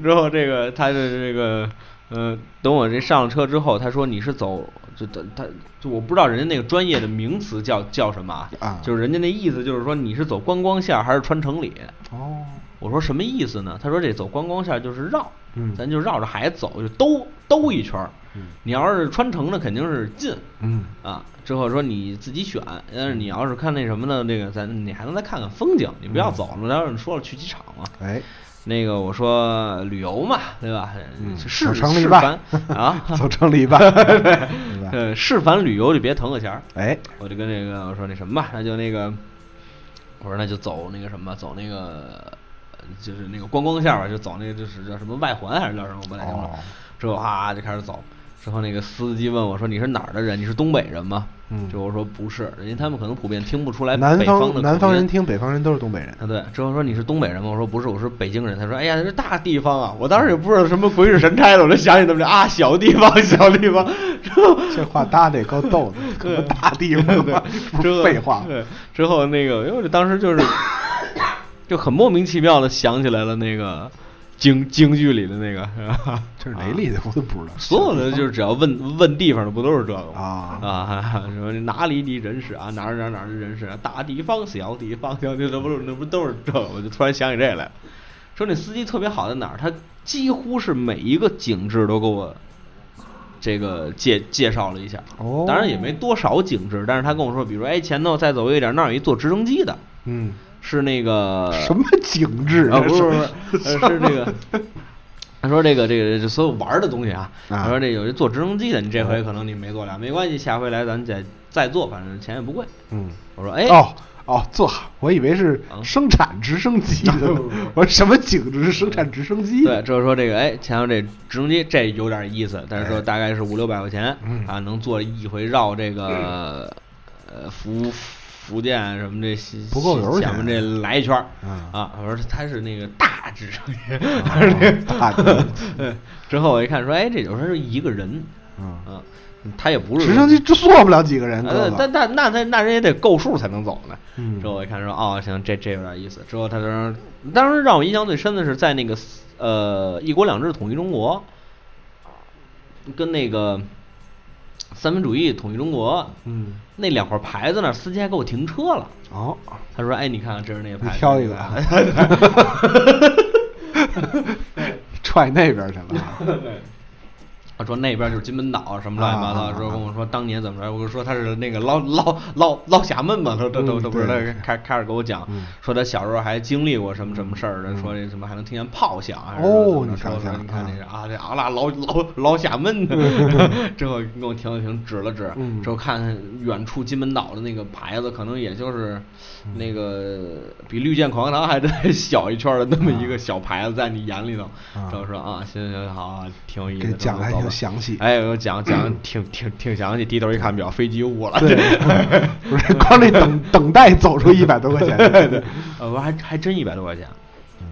Speaker 1: 之后这个他的这个，呃，等我这上了车之后，他说你是走，就他他就我不知道人家那个专业的名词叫叫什么啊
Speaker 4: 啊
Speaker 1: 就是人家那意思就是说你是走观光线儿还是穿城里？
Speaker 4: 哦，
Speaker 1: 我说什么意思呢？他说这走观光线儿就是绕，
Speaker 4: 嗯
Speaker 1: 咱就绕着海走，就兜兜一圈儿。
Speaker 4: 嗯
Speaker 1: 你要是穿城的肯定是近，
Speaker 4: 嗯
Speaker 1: 啊，之后说你自己选，但是你要是看那什么呢，这个咱你还能再看看风景，你不
Speaker 4: 嗯
Speaker 1: 要走了。当时你说了去机场嘛，
Speaker 4: 哎，
Speaker 1: 那个我说旅游嘛，对吧？
Speaker 4: 嗯
Speaker 1: 是
Speaker 4: 走城里
Speaker 1: 是
Speaker 4: 吧，
Speaker 1: 凡啊
Speaker 4: [LAUGHS] 走城
Speaker 1: [LAUGHS]
Speaker 4: 里吧， [LAUGHS] 对吧？
Speaker 1: 呃，是凡旅游就别腾个钱儿。
Speaker 4: 哎，
Speaker 1: 我就跟那个我说那什么吧，那就那个，我说那就走那个什么，走那个呃就是那个观光线儿吧，就走那个就是叫什么外环还是叫什么，我不太清楚了
Speaker 4: 哦。
Speaker 1: 之后哈就开始走，之后那个司机问我说你是哪儿的人？你是东北人吗？
Speaker 4: 嗯
Speaker 1: 之后我说不是，因为他们可能普遍听不出来
Speaker 4: 哎南
Speaker 1: 哎北方的
Speaker 4: 方南
Speaker 1: 口
Speaker 4: 方
Speaker 1: 音
Speaker 4: 人听北方人都是东北人，
Speaker 1: 啊，对，之后说你是东北人吗？我说不是，我是北京人。他说，哎呀，这是大地方啊！我当时也不知道什么鬼使神差的，我就想起他们这啊，小地方，小地方。之后
Speaker 4: 这话搭的也够逗
Speaker 1: [LAUGHS]
Speaker 4: 的，可不大地方吗？不
Speaker 1: 之后
Speaker 4: 是 [LAUGHS] 废话，
Speaker 1: 对，之后那个，因为我当时
Speaker 4: [LAUGHS]
Speaker 1: 就是就很莫名其妙的想起来了那个京京剧里的那个， [LAUGHS] 是吧
Speaker 4: 这是哪里的我都不知道。
Speaker 1: 所有的就是只要问问地方的不都是这个吗？
Speaker 4: 啊
Speaker 1: 啊， [LAUGHS] 什么哪里的人士啊，哪儿哪儿哪儿的人士啊，大地方小地方小地方，那不是那不都是这个吗？我就突然想起这来了。说那司机特别好在哪儿？他几乎是每一个景致都给我这个介介绍了一下，
Speaker 4: 哦
Speaker 1: 当然也没多少景致，但是他跟我说，比如说哎前头再走一个点儿，那儿有一坐直升机的，
Speaker 4: 嗯，
Speaker 1: 是那个
Speaker 4: 什么景 [LAUGHS] 致
Speaker 1: 呃啊，
Speaker 4: 这
Speaker 1: 不是不是，
Speaker 4: 什
Speaker 1: 呃
Speaker 4: 么
Speaker 1: 是 [LAUGHS] 这个。他说这个这个这所有玩儿的东西啊，
Speaker 4: 啊
Speaker 1: 他说这有这坐直升机的，你这回可能你没坐了，没关系，下回来咱们再再坐，反正钱也不贵。
Speaker 4: [LAUGHS] 嗯，
Speaker 1: 我说哎，
Speaker 4: 哦哦，坐，我以为是
Speaker 1: 啊
Speaker 4: 生产直升机
Speaker 1: [LAUGHS]
Speaker 4: 的，我说什么景致是生产直升机？
Speaker 1: 对，就是说这个哎，前头这直升机这有点意思，但是说大概是五六百块钱
Speaker 4: 哎嗯
Speaker 1: 啊，能坐一回绕这个呃福福建什么这西
Speaker 4: 不够
Speaker 1: 西
Speaker 4: 油钱
Speaker 1: 厦门这来一圈儿
Speaker 4: 啊
Speaker 1: 啊，我说它是那个大直升机， [LAUGHS] 它是那个
Speaker 4: 哦大直升机
Speaker 1: [LAUGHS] 对，之后我一看说，哎，这就是一个人，
Speaker 4: 嗯
Speaker 1: 啊，他也不是
Speaker 4: 直升机就坐不了几个人，
Speaker 1: 呃
Speaker 4: 哥，
Speaker 1: 但
Speaker 4: 哥，
Speaker 1: 但那那那人也得够数才能走呢。
Speaker 4: 嗯
Speaker 1: 之后我一看说，哦，行，这这有点意思。之后他当时当时让我印象最深的是在那个呃“一国两制统一中国”跟那个三民主义统一中国，
Speaker 4: 嗯，
Speaker 1: 那两块牌子那儿司机还给我停车了。
Speaker 4: [LAUGHS] 哦，
Speaker 1: 他说，哎，你看看这是那个牌
Speaker 4: 你
Speaker 1: 子，
Speaker 4: 挑一个啊 [LAUGHS]
Speaker 1: [LAUGHS]
Speaker 4: 踹那边去了啊，
Speaker 1: 他啊说那边就是金门岛什么乱七八
Speaker 4: 啊啊
Speaker 1: 糟，
Speaker 4: 啊
Speaker 1: 说跟我说当年怎么着，我就说他是那个捞 [LAUGHS] 捞捞捞侠们嘛，他他他
Speaker 4: 嗯
Speaker 1: 他不是他
Speaker 4: 对
Speaker 1: 开开始给我讲
Speaker 4: 嗯，
Speaker 1: 说他小时候还经历过什么什么事儿的，说这什么还能听见炮响，啊还是
Speaker 4: 哦
Speaker 1: 怎么着
Speaker 4: 你看
Speaker 1: 说说
Speaker 4: 看
Speaker 1: 你看那个啊
Speaker 4: 啊
Speaker 1: 这啊啦捞捞捞侠们呢， [LAUGHS]
Speaker 4: [LAUGHS]
Speaker 1: 之后给我停了停，指了指
Speaker 4: 嗯，
Speaker 1: 之后看看远处金门岛的那个牌子，可能也就是
Speaker 4: 嗯
Speaker 1: 那个比绿箭口香糖还得小一圈儿的那么一个小牌子在你眼里头
Speaker 4: 啊，
Speaker 1: 之后说啊行行行好啊，挺有意思。
Speaker 4: 给讲得还挺详细
Speaker 1: 哎，我讲讲挺挺挺详细，低头一看表，飞机误了。
Speaker 4: 不是光那等 [LAUGHS] 等待走出一百多块钱，
Speaker 1: [LAUGHS] 呃，我还还真一百多块钱，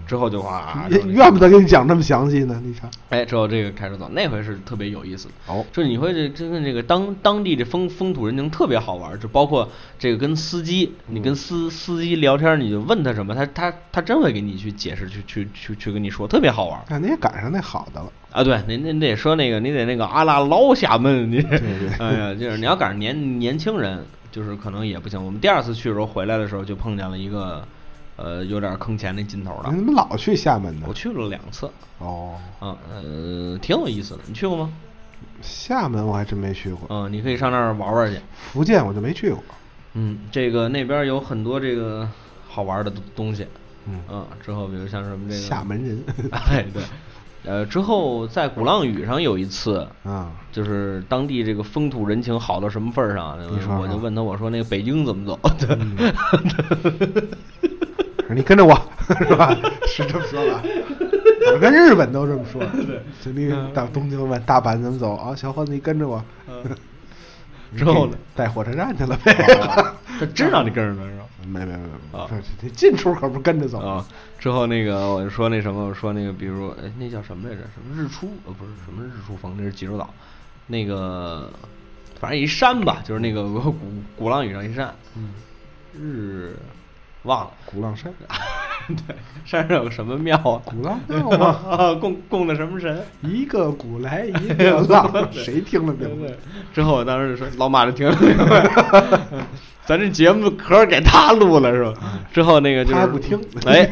Speaker 1: 之后就哇，
Speaker 4: 也嗯怨不得给你讲这么详细呢，你看，
Speaker 1: 哎，之后这个开始走，那回是特别有意思的。
Speaker 4: 哦
Speaker 1: 就是你会这真的这个当当地的风风土人情特别好玩儿，就包括这个跟司机，你
Speaker 4: 嗯
Speaker 1: 跟司司机聊天儿，你就问他什么，他他他真会给你去解释，去去去去跟你说，特别好玩儿。
Speaker 4: 看你也赶上那好的了，
Speaker 1: 啊，对，您您得说那个，你得那个阿拉捞侠们，你，
Speaker 4: 对
Speaker 1: [LAUGHS] 哎呀，就是你要赶上年年轻人，就是可能也不行。我们第二次去的时候回来的时候，就碰见了一个，呃，有点坑钱那劲头
Speaker 4: 你
Speaker 1: 了。
Speaker 4: 怎么老去厦门呢
Speaker 1: 我？去了两次，
Speaker 4: 哦，
Speaker 1: 啊，呃，挺有意思的。你去过吗？
Speaker 4: 厦门我还真没去过，
Speaker 1: 嗯、你可以上那儿玩玩去。
Speaker 4: 福建我就没去过，
Speaker 1: 嗯，这个那边有很多这个好玩的东东西。
Speaker 4: 嗯
Speaker 1: 啊，之后比如像什么这个
Speaker 4: 厦，门人，
Speaker 1: [LAUGHS]
Speaker 4: [LAUGHS]
Speaker 1: 哎对，呃，之后在鼓浪屿上有一次，
Speaker 4: 啊，
Speaker 1: 就是当地这个风土人情好到什么份儿上啊，
Speaker 4: 你说说
Speaker 1: 我就问他，我说那个北京怎么走？ [LAUGHS]
Speaker 4: 嗯你跟着我是吧？是这么说吧？我跟日本都这么说，就那个
Speaker 1: 嗯
Speaker 4: 到东京问大阪怎么走啊？小伙子，你跟着我。
Speaker 1: 之后呢？哦
Speaker 4: 带火车站去了呗？
Speaker 1: 他真让你跟着他是吧？
Speaker 4: [LAUGHS] 没没没没
Speaker 1: 啊，
Speaker 4: 这这进出可不是跟着走
Speaker 1: 啊，之后那个我就说那什么，我说那个，比如哎，那叫什么来着？什么日出？呃，不是什么日出峰，那是济州岛，那个反正一山吧，就是那个古鼓浪屿上一山，嗯，日忘了，
Speaker 4: 鼓浪山，
Speaker 1: [LAUGHS]
Speaker 4: 啊
Speaker 1: 对，山上有个什么庙啊？ [LAUGHS]
Speaker 4: 鼓浪庙吗？
Speaker 1: 啊， [LAUGHS] 供供的什么神？
Speaker 4: 一个鼓来
Speaker 1: [LAUGHS]
Speaker 4: 一个浪，谁听了
Speaker 1: 对
Speaker 4: 明
Speaker 1: 对
Speaker 4: 白？，
Speaker 1: 之后我当时就说老马就听了明白， [LAUGHS] 咱这节目壳儿给他录了是吧？之后那个就是
Speaker 4: 他不听 [LAUGHS]
Speaker 1: 哎，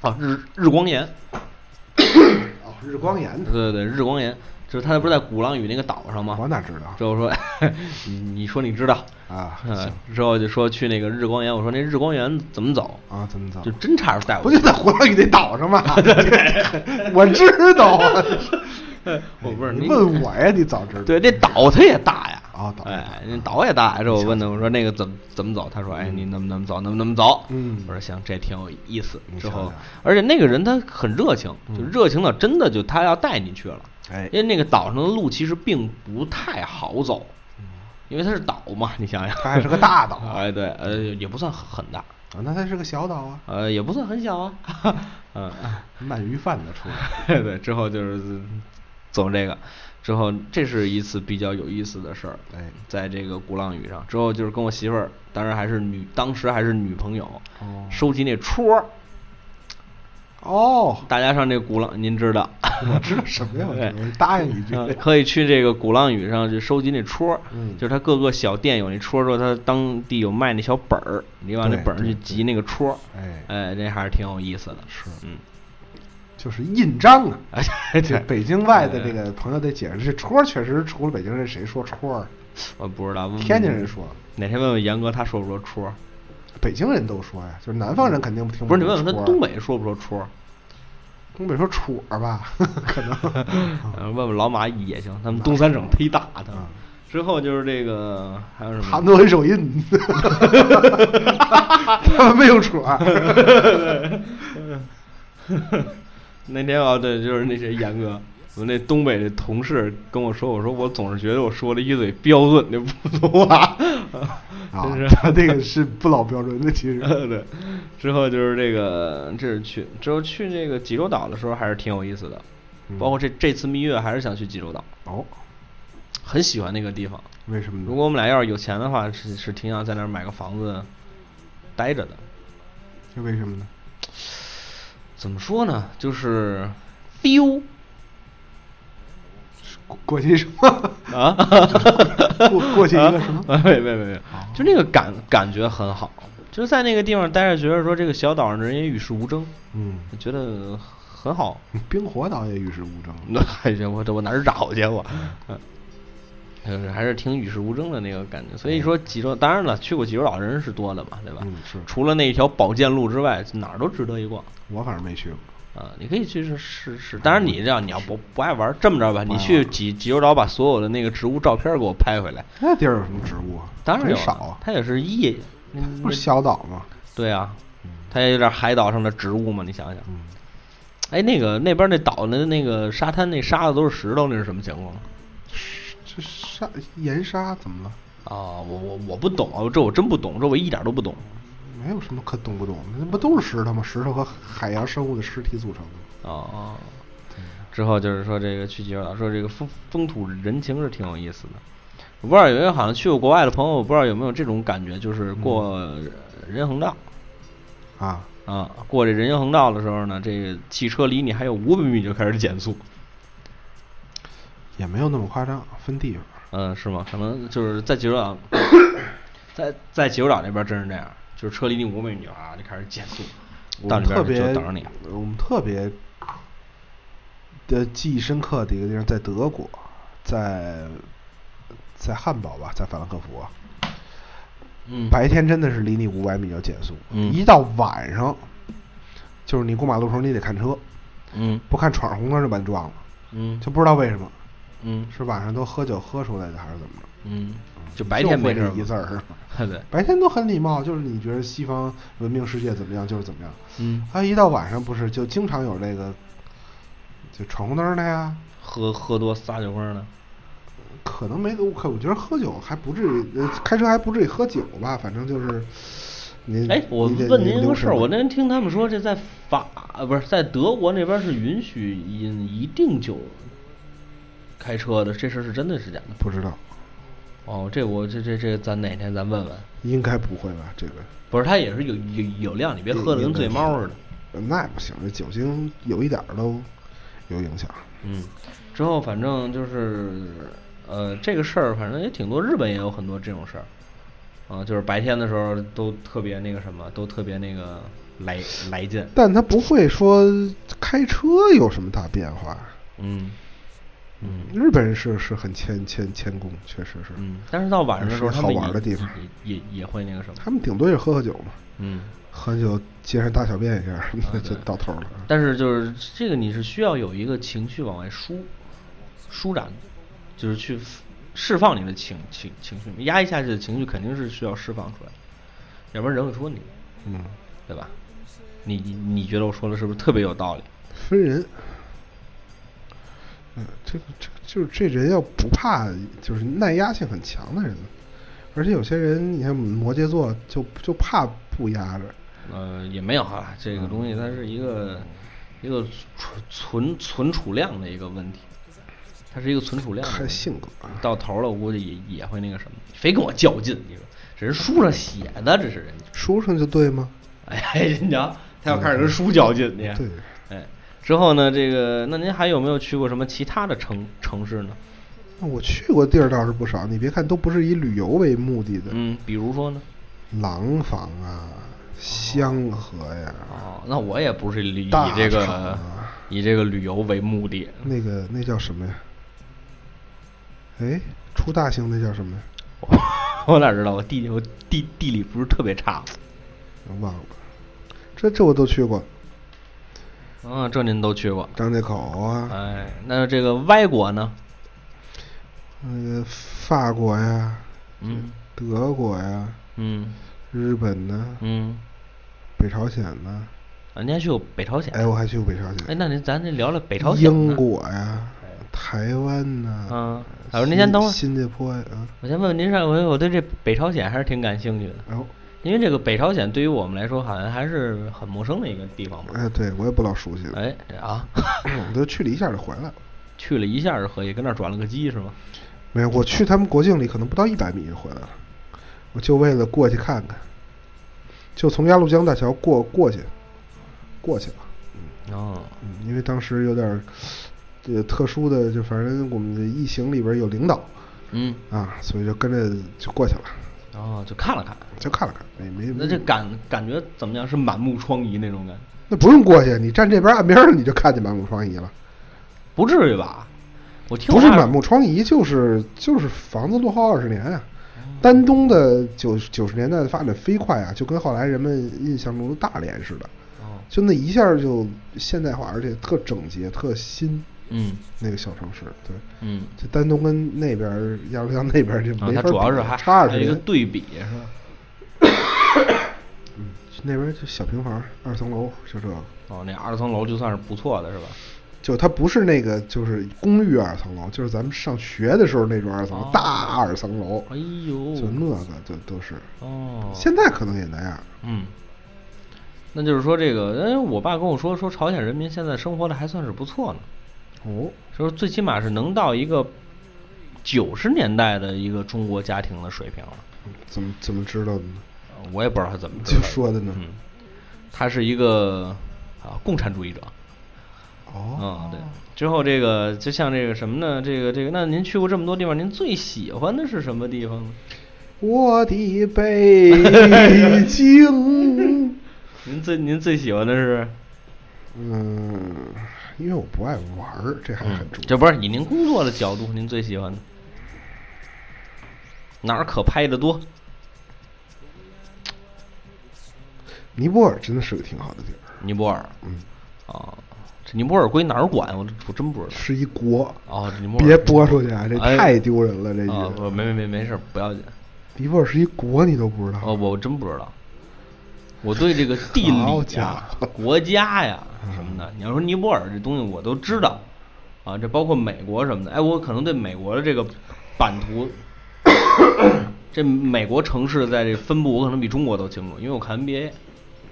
Speaker 1: 啊日日光岩，
Speaker 4: 哦，日光岩
Speaker 1: 对，对对，日光岩，就是他不是在鼓浪屿那个岛上吗
Speaker 4: 我？哪知道
Speaker 1: 之后说 [LAUGHS] 你你说你知道，
Speaker 4: 啊？
Speaker 1: 嗯
Speaker 4: 行，
Speaker 1: 之后就说去那个日光岩，我说那日光岩怎么走？
Speaker 4: 啊，怎么走
Speaker 1: 就？真差点带我
Speaker 4: 不就在鼓浪屿那
Speaker 1: [LAUGHS]
Speaker 4: 岛上吗？ [LAUGHS] 我知道啊，
Speaker 1: 我哦不是
Speaker 4: 你
Speaker 1: 你
Speaker 4: 问我呀，你早知道。
Speaker 1: 对，这岛它也大呀。
Speaker 4: 哦岛也大
Speaker 1: 哎，那岛也大。这我问他，我说那个怎么怎么走？他说，哎，你能不能走？能不能走？
Speaker 4: 嗯
Speaker 1: 我说行，这挺有意思。
Speaker 4: 你嗯
Speaker 1: 之
Speaker 4: 瞧
Speaker 1: 后
Speaker 4: 瞧，
Speaker 1: 而且那个人他很热情，就热情到真的就他要带你去了。
Speaker 4: 哎
Speaker 1: 因为那个岛上的路其实并不太好走，因为它是岛嘛，你想想，
Speaker 4: 嗯它还是个大岛
Speaker 1: [LAUGHS] 哎，对，呃，也不算很大，
Speaker 4: 啊，那它是个小岛啊，
Speaker 1: 呃，也不算很小啊。 [LAUGHS] 嗯。
Speaker 4: 鳗鱼贩子出来。
Speaker 1: 对，之后就是走这个，之后这是一次比较有意思的事儿。
Speaker 4: 哎
Speaker 1: 在这个鼓浪屿上，之后就是跟我媳妇儿，当然还是女，当时还是女朋友，
Speaker 4: 哦
Speaker 1: 收集那戳儿，
Speaker 4: 哦，
Speaker 1: 大家上这鼓浪，您知
Speaker 4: [LAUGHS]
Speaker 1: 道，
Speaker 4: 我知道什么呀？我知道
Speaker 1: 对
Speaker 4: 我答应一句。
Speaker 1: 嗯可以去这个鼓浪屿上去收集那戳儿，
Speaker 4: 嗯
Speaker 1: 就是它各个小店有那戳儿，说它当地有卖那小本儿，你往那
Speaker 4: 对
Speaker 1: 本儿
Speaker 4: 对
Speaker 1: 去集那个戳儿，
Speaker 4: 哎
Speaker 1: 哎，这还是挺有意思的。
Speaker 4: 是
Speaker 1: 嗯，
Speaker 4: 就就是印章啊。
Speaker 1: 哎，
Speaker 4: 这
Speaker 1: 对，
Speaker 4: 北京外的这个朋友得解释，这戳确实除了北京人，谁说戳
Speaker 1: 嗯
Speaker 4: 儿？啊
Speaker 1: 我不知道，问问
Speaker 4: 天津人说，
Speaker 1: 哪天问问严哥，他说不说戳儿？
Speaker 4: 北京人都说呀，就是南方人肯定听
Speaker 1: 不是你
Speaker 4: 懂
Speaker 1: 问问
Speaker 4: 戳
Speaker 1: 他
Speaker 4: 儿
Speaker 1: 东，北说不说戳儿？
Speaker 4: 东北说戳儿吧， [LAUGHS] 可
Speaker 1: [LAUGHS]
Speaker 4: 能。啊
Speaker 1: 呃问问老马一也行，他们东三省忒大的。
Speaker 4: 嗯
Speaker 1: 之后就是这个还有什么？
Speaker 4: 韩德文手印， [LAUGHS] 他们没有戳儿。
Speaker 1: [LAUGHS]
Speaker 4: 啊
Speaker 1: 那天啊，对，就是那谁严哥，我那东北的同事跟我说，我说我总是觉得我说了一嘴标准的普通话， [LAUGHS]
Speaker 4: 啊
Speaker 1: 真，
Speaker 4: [LAUGHS] 他这
Speaker 1: 是。
Speaker 4: 个是不老标准的，其实
Speaker 1: 对，之后就是这个，这是去之后去那个济州岛的时候还是挺有意思的，
Speaker 4: 嗯
Speaker 1: 包括这这次蜜月还是想去济州岛，
Speaker 4: 哦，
Speaker 1: 很喜欢那个地方。
Speaker 4: 为什么呢？
Speaker 1: 如果我们俩要是有钱的话，是是挺想在那儿买个房子待着的。
Speaker 4: 这为什么呢？
Speaker 1: 怎么说呢？就是 feel
Speaker 4: 过过去什么？
Speaker 1: 啊，
Speaker 4: [LAUGHS] 过过去一个什么？哦
Speaker 1: 啊没没没没，就那个感感觉很好，就是在那个地方待着，觉得说这个小岛上的人也与世无争，
Speaker 4: 嗯，
Speaker 1: 觉得很好。
Speaker 4: 冰火岛也与世无争。
Speaker 1: 那还行，我这我哪儿找去我？嗯，就是还是挺与世无争的那个感觉。所以说济州，当然了，去过济州岛人是多的嘛，对吧？
Speaker 4: 嗯是
Speaker 1: 除了那一条宝剑路之外，哪儿都值得一逛。
Speaker 4: 我反正没去过。
Speaker 1: 啊，你可以去试试
Speaker 4: 嗯
Speaker 1: 试。当然，你这样你要不不爱玩儿，这么着吧，
Speaker 4: 不
Speaker 1: 你
Speaker 4: 爱
Speaker 1: 去
Speaker 4: 玩儿
Speaker 1: 济济州岛把所有的那个植物照片儿给我拍回来。
Speaker 4: 那地儿有什么植物啊？
Speaker 1: 当然
Speaker 4: 很
Speaker 1: 有
Speaker 4: 少
Speaker 1: 啊
Speaker 4: 啊，，
Speaker 1: 它也是叶，嗯
Speaker 4: 不是小岛吗？
Speaker 1: 对啊，它也有点海岛上的植物嘛，你想想。
Speaker 4: 嗯，
Speaker 1: 哎，那个那边那岛的那个沙滩那沙子都是石头，那是什么情况？
Speaker 4: 这沙岩沙怎么了？
Speaker 1: 啊，我我我不懂，啊，这我真不懂，这我一点都不懂
Speaker 4: 没有什么可懂不懂，那不都是石头吗？石头和海洋生物的尸体组成的。
Speaker 1: 啊。之后就是说这个去济州岛，说这个风风土人情是挺有意思的。我不知道有没有好像去过国外的朋友，我不知道有没有这种感觉，就是过人行道
Speaker 4: 啊，
Speaker 1: 啊，过这人行横道的时候呢，这个汽车离你还有五百米就开始减速，
Speaker 4: 也没有那么夸张，分地方。
Speaker 1: 嗯，是吗？可能就是在济州
Speaker 4: [COUGHS]
Speaker 1: 岛，在在济州岛那边真是这样，就是车离你五百米啊就开始减速，
Speaker 4: 我
Speaker 1: 到
Speaker 4: 们
Speaker 1: 那
Speaker 4: 特
Speaker 1: 边就
Speaker 4: 别
Speaker 1: 等着你。
Speaker 4: 我们特别的记忆深刻的一个地方，在德国，在在汉堡吧，在法兰克福啊。
Speaker 1: 嗯，
Speaker 4: 白天真的是离你五百米要减速，
Speaker 1: 嗯
Speaker 4: 一到晚上，就是你过马路的时候你得看车，
Speaker 1: 嗯
Speaker 4: 不看闯红灯就把你撞了，
Speaker 1: 嗯
Speaker 4: 就不知道为什么，
Speaker 1: 嗯
Speaker 4: 是晚上都喝酒喝出来的还是怎么着？
Speaker 1: 嗯，就白天没事
Speaker 4: 就
Speaker 1: 儿
Speaker 4: 会这一字儿是吧，
Speaker 1: 对，
Speaker 4: 白天都很礼貌，就是你觉得西方文明世界怎么样就是怎么样，
Speaker 1: 嗯，
Speaker 4: 啊，一到晚上不是就经常有这个，就闯红灯的呀，
Speaker 1: 喝喝多撒酒疯儿呢，
Speaker 4: 可能没我可我觉得喝酒还不至于，呃开车还不至于喝酒吧，反正就是你
Speaker 1: 哎，我
Speaker 4: 嗯你得
Speaker 1: 问
Speaker 4: 你
Speaker 1: 您
Speaker 4: 留
Speaker 1: 个事儿，
Speaker 4: 神
Speaker 1: 我那天听他们说，这在法呃不是在德国那边是允许饮一定酒开车的，这事儿是真的是假的？
Speaker 4: 不知道，
Speaker 1: 哦，这我这这这，咱哪天咱问问？
Speaker 4: 应该不会吧？这个
Speaker 1: 不是，他也是有有有量，你别喝的跟醉猫似的。
Speaker 4: 呃那也不行，这酒精有一点儿都有影响。
Speaker 1: 嗯，之后反正就是呃，这个事儿反正也挺多，日本也有很多这种事儿。啊、就是白天的时候都特别那个什么，都特别那个来来劲。
Speaker 4: 但他不会说开车有什么大变化。
Speaker 1: 嗯嗯
Speaker 4: 日本人是是很谦谦谦恭，确实是。
Speaker 1: 嗯，但是到晚上的时候，
Speaker 4: 是
Speaker 1: 他
Speaker 4: 好
Speaker 1: 们
Speaker 4: 玩
Speaker 1: 也
Speaker 4: 的地方，
Speaker 1: 也也也会那个什么。
Speaker 4: 他们顶多就喝喝酒嘛，
Speaker 1: 嗯，
Speaker 4: 喝酒街上大小便一下
Speaker 1: 啊
Speaker 4: [LAUGHS] 什么的就到头了。
Speaker 1: 但是就是这个，你是需要有一个情绪往外舒舒展，就是去释放你的情情情绪，压抑下去的情绪肯定是需要释放出来，要不然人会戳你，
Speaker 4: 嗯，
Speaker 1: 对吧？你你你觉得我说的是不是特别有道理？
Speaker 4: 分人。嗯，这个这个就是这人要不怕，就是耐压性很强的人呢。而且有些人，你看摩羯座就就怕不压着，
Speaker 1: 呃，也没有哈，这个东西它是一个一个存存存储量的一个问题，它是一个存储量的问题。
Speaker 4: 看性格。啊
Speaker 1: 到头了，我估计也也会那个什么，非跟我较劲，你说这是书上写的，这是人家。
Speaker 4: 书上就对吗？
Speaker 1: 哎，人家他要开始跟书较劲，你
Speaker 4: 对，
Speaker 1: 哎，之后呢，这个那您还有没有去过什么其他的城城市呢？
Speaker 4: 那我去过地儿倒是不少，你别看都不是以旅游为目的的，
Speaker 1: 嗯，哦比如说呢？
Speaker 4: 廊坊啊、香河呀、
Speaker 1: 哦，那我也不是以
Speaker 4: 大
Speaker 1: 这
Speaker 4: 厂
Speaker 1: 个
Speaker 4: 啊
Speaker 1: 以这个旅游为目的。
Speaker 4: 那个那叫什么呀？哎，出大兴那叫什么呀？
Speaker 1: 我 [LAUGHS] 我哪知道？我地我地地理不是特别差。
Speaker 4: 忘了。这这我都去过，
Speaker 1: 嗯，这您都去过。
Speaker 4: 张家口啊，
Speaker 1: 哎，那这个歪国呢？
Speaker 4: 那个法国呀，
Speaker 1: 嗯
Speaker 4: 德国呀，
Speaker 1: 嗯
Speaker 4: 日本呐，
Speaker 1: 嗯，
Speaker 4: 北朝鲜呐。
Speaker 1: 啊，您还去过北朝鲜？
Speaker 4: 哎，我还去过北朝
Speaker 1: 哎，
Speaker 4: 鲜，
Speaker 1: 那您咱这聊聊北朝鲜呢。
Speaker 4: 英国呀，台湾呐，
Speaker 1: 嗯
Speaker 4: 新，
Speaker 1: 老师您先等会儿，
Speaker 4: 新加坡呀，啊，
Speaker 1: 我先问问您上回，我对这北朝鲜还是挺感兴趣的，
Speaker 4: 然后，
Speaker 1: 因为这个北朝鲜对于我们来说好像还是很陌生的一个地方嘛。
Speaker 4: 哎，对我也不老熟悉了，
Speaker 1: 哎，这啊， [LAUGHS]
Speaker 4: 我就去了一下就回来了。
Speaker 1: 去了一下就可以，跟那儿转了个机是吗？
Speaker 4: 没有，我去他们国境里可能不到一百米就回来了，我就为了过去看看，就从鸭绿江大桥过过去，过去了。
Speaker 1: 哦，
Speaker 4: 嗯，因为当时有点儿这特殊的，就反正我们的疫情里边儿有领导
Speaker 1: 嗯，
Speaker 4: 啊，所以就跟着就过去了，
Speaker 1: 然后就看了看，
Speaker 4: 就看了看，没没
Speaker 1: 那这感感觉怎么样？是满目疮痍那种感觉？
Speaker 4: 那不用过去，你站这边岸边上你就看见满目疮痍了，
Speaker 1: 不至于吧？我听
Speaker 4: 不
Speaker 1: 我
Speaker 4: 是
Speaker 1: 爸
Speaker 4: 满目疮痍，就是就是房子落后二十年啊。丹东的九九十年代的发展飞快啊，就跟后来人们印象中的大连似的，
Speaker 1: 哦，
Speaker 4: 就那一下儿就现代化，而且特整洁、特新，
Speaker 1: 嗯
Speaker 4: 那个小城市，对，
Speaker 1: 嗯，
Speaker 4: 就丹东跟那边儿鸭绿江那边儿就
Speaker 1: 啊，
Speaker 4: 没
Speaker 1: 它
Speaker 4: 法比
Speaker 1: 主
Speaker 4: 了、
Speaker 1: 要是还
Speaker 4: 差二
Speaker 1: 还有
Speaker 4: 十
Speaker 1: 一
Speaker 4: 年
Speaker 1: 个，对比是吧？
Speaker 4: 那边儿就小平房，二层楼，就这个。
Speaker 1: 哦，那二层楼就算是不错的是吧？
Speaker 4: 就它不是那个，就是公寓二层楼，就是咱们上学的时候那种二层楼，
Speaker 1: 哦
Speaker 4: 大二层楼，
Speaker 1: 哎呦，
Speaker 4: 就那个就都是。
Speaker 1: 哦，
Speaker 4: 现在可能也那样，
Speaker 1: 嗯，那就是说这个，哎，我爸跟我说说朝鲜人民现在生活的还算是不错呢，
Speaker 4: 哦，
Speaker 1: 就是最起码是能到一个九十年代的一个中国家庭的水平了。
Speaker 4: 怎么怎么知道的呢？
Speaker 1: 呃我也不知道他怎么知
Speaker 4: 就
Speaker 1: 道
Speaker 4: 说的呢，
Speaker 1: 嗯，他是一个啊共产主义者。
Speaker 4: 哦，
Speaker 1: 嗯，对。之后这个就像这个什么呢？这个这个，那您去过这么多地方，您最喜欢的是什么地方呢？
Speaker 4: 我的北京， [LAUGHS]
Speaker 1: 您最您最喜欢的是？
Speaker 4: 嗯，因为我不爱玩儿，这还很重要。
Speaker 1: 这不是以您工作的角度，您最喜欢的哪儿可拍的多？嗯
Speaker 4: 尼泊尔真的是个挺好的地儿，
Speaker 1: 尼泊尔
Speaker 4: 嗯，
Speaker 1: 啊，这尼泊尔归哪儿管？我这我真不知道。
Speaker 4: 是一国，
Speaker 1: 哦，这尼泊尔
Speaker 4: 别播出去啊，这
Speaker 1: 哎
Speaker 4: 太丢人了，这
Speaker 1: 啊，
Speaker 4: 句。
Speaker 1: 不没没没没事儿，不要紧。
Speaker 4: 尼泊尔是一国，你都不知道？
Speaker 1: 哦，我真不知道。我对这个地
Speaker 4: 好
Speaker 1: 理
Speaker 4: 家
Speaker 1: 呀、
Speaker 4: 伙嗯
Speaker 1: 国家呀什么的，你要说尼泊尔这东西我都知道啊，这包括美国什么的。哎，我可能对美国的这个版图，这美国城市在这分布，我可能比中国都清楚，因为我看 NBA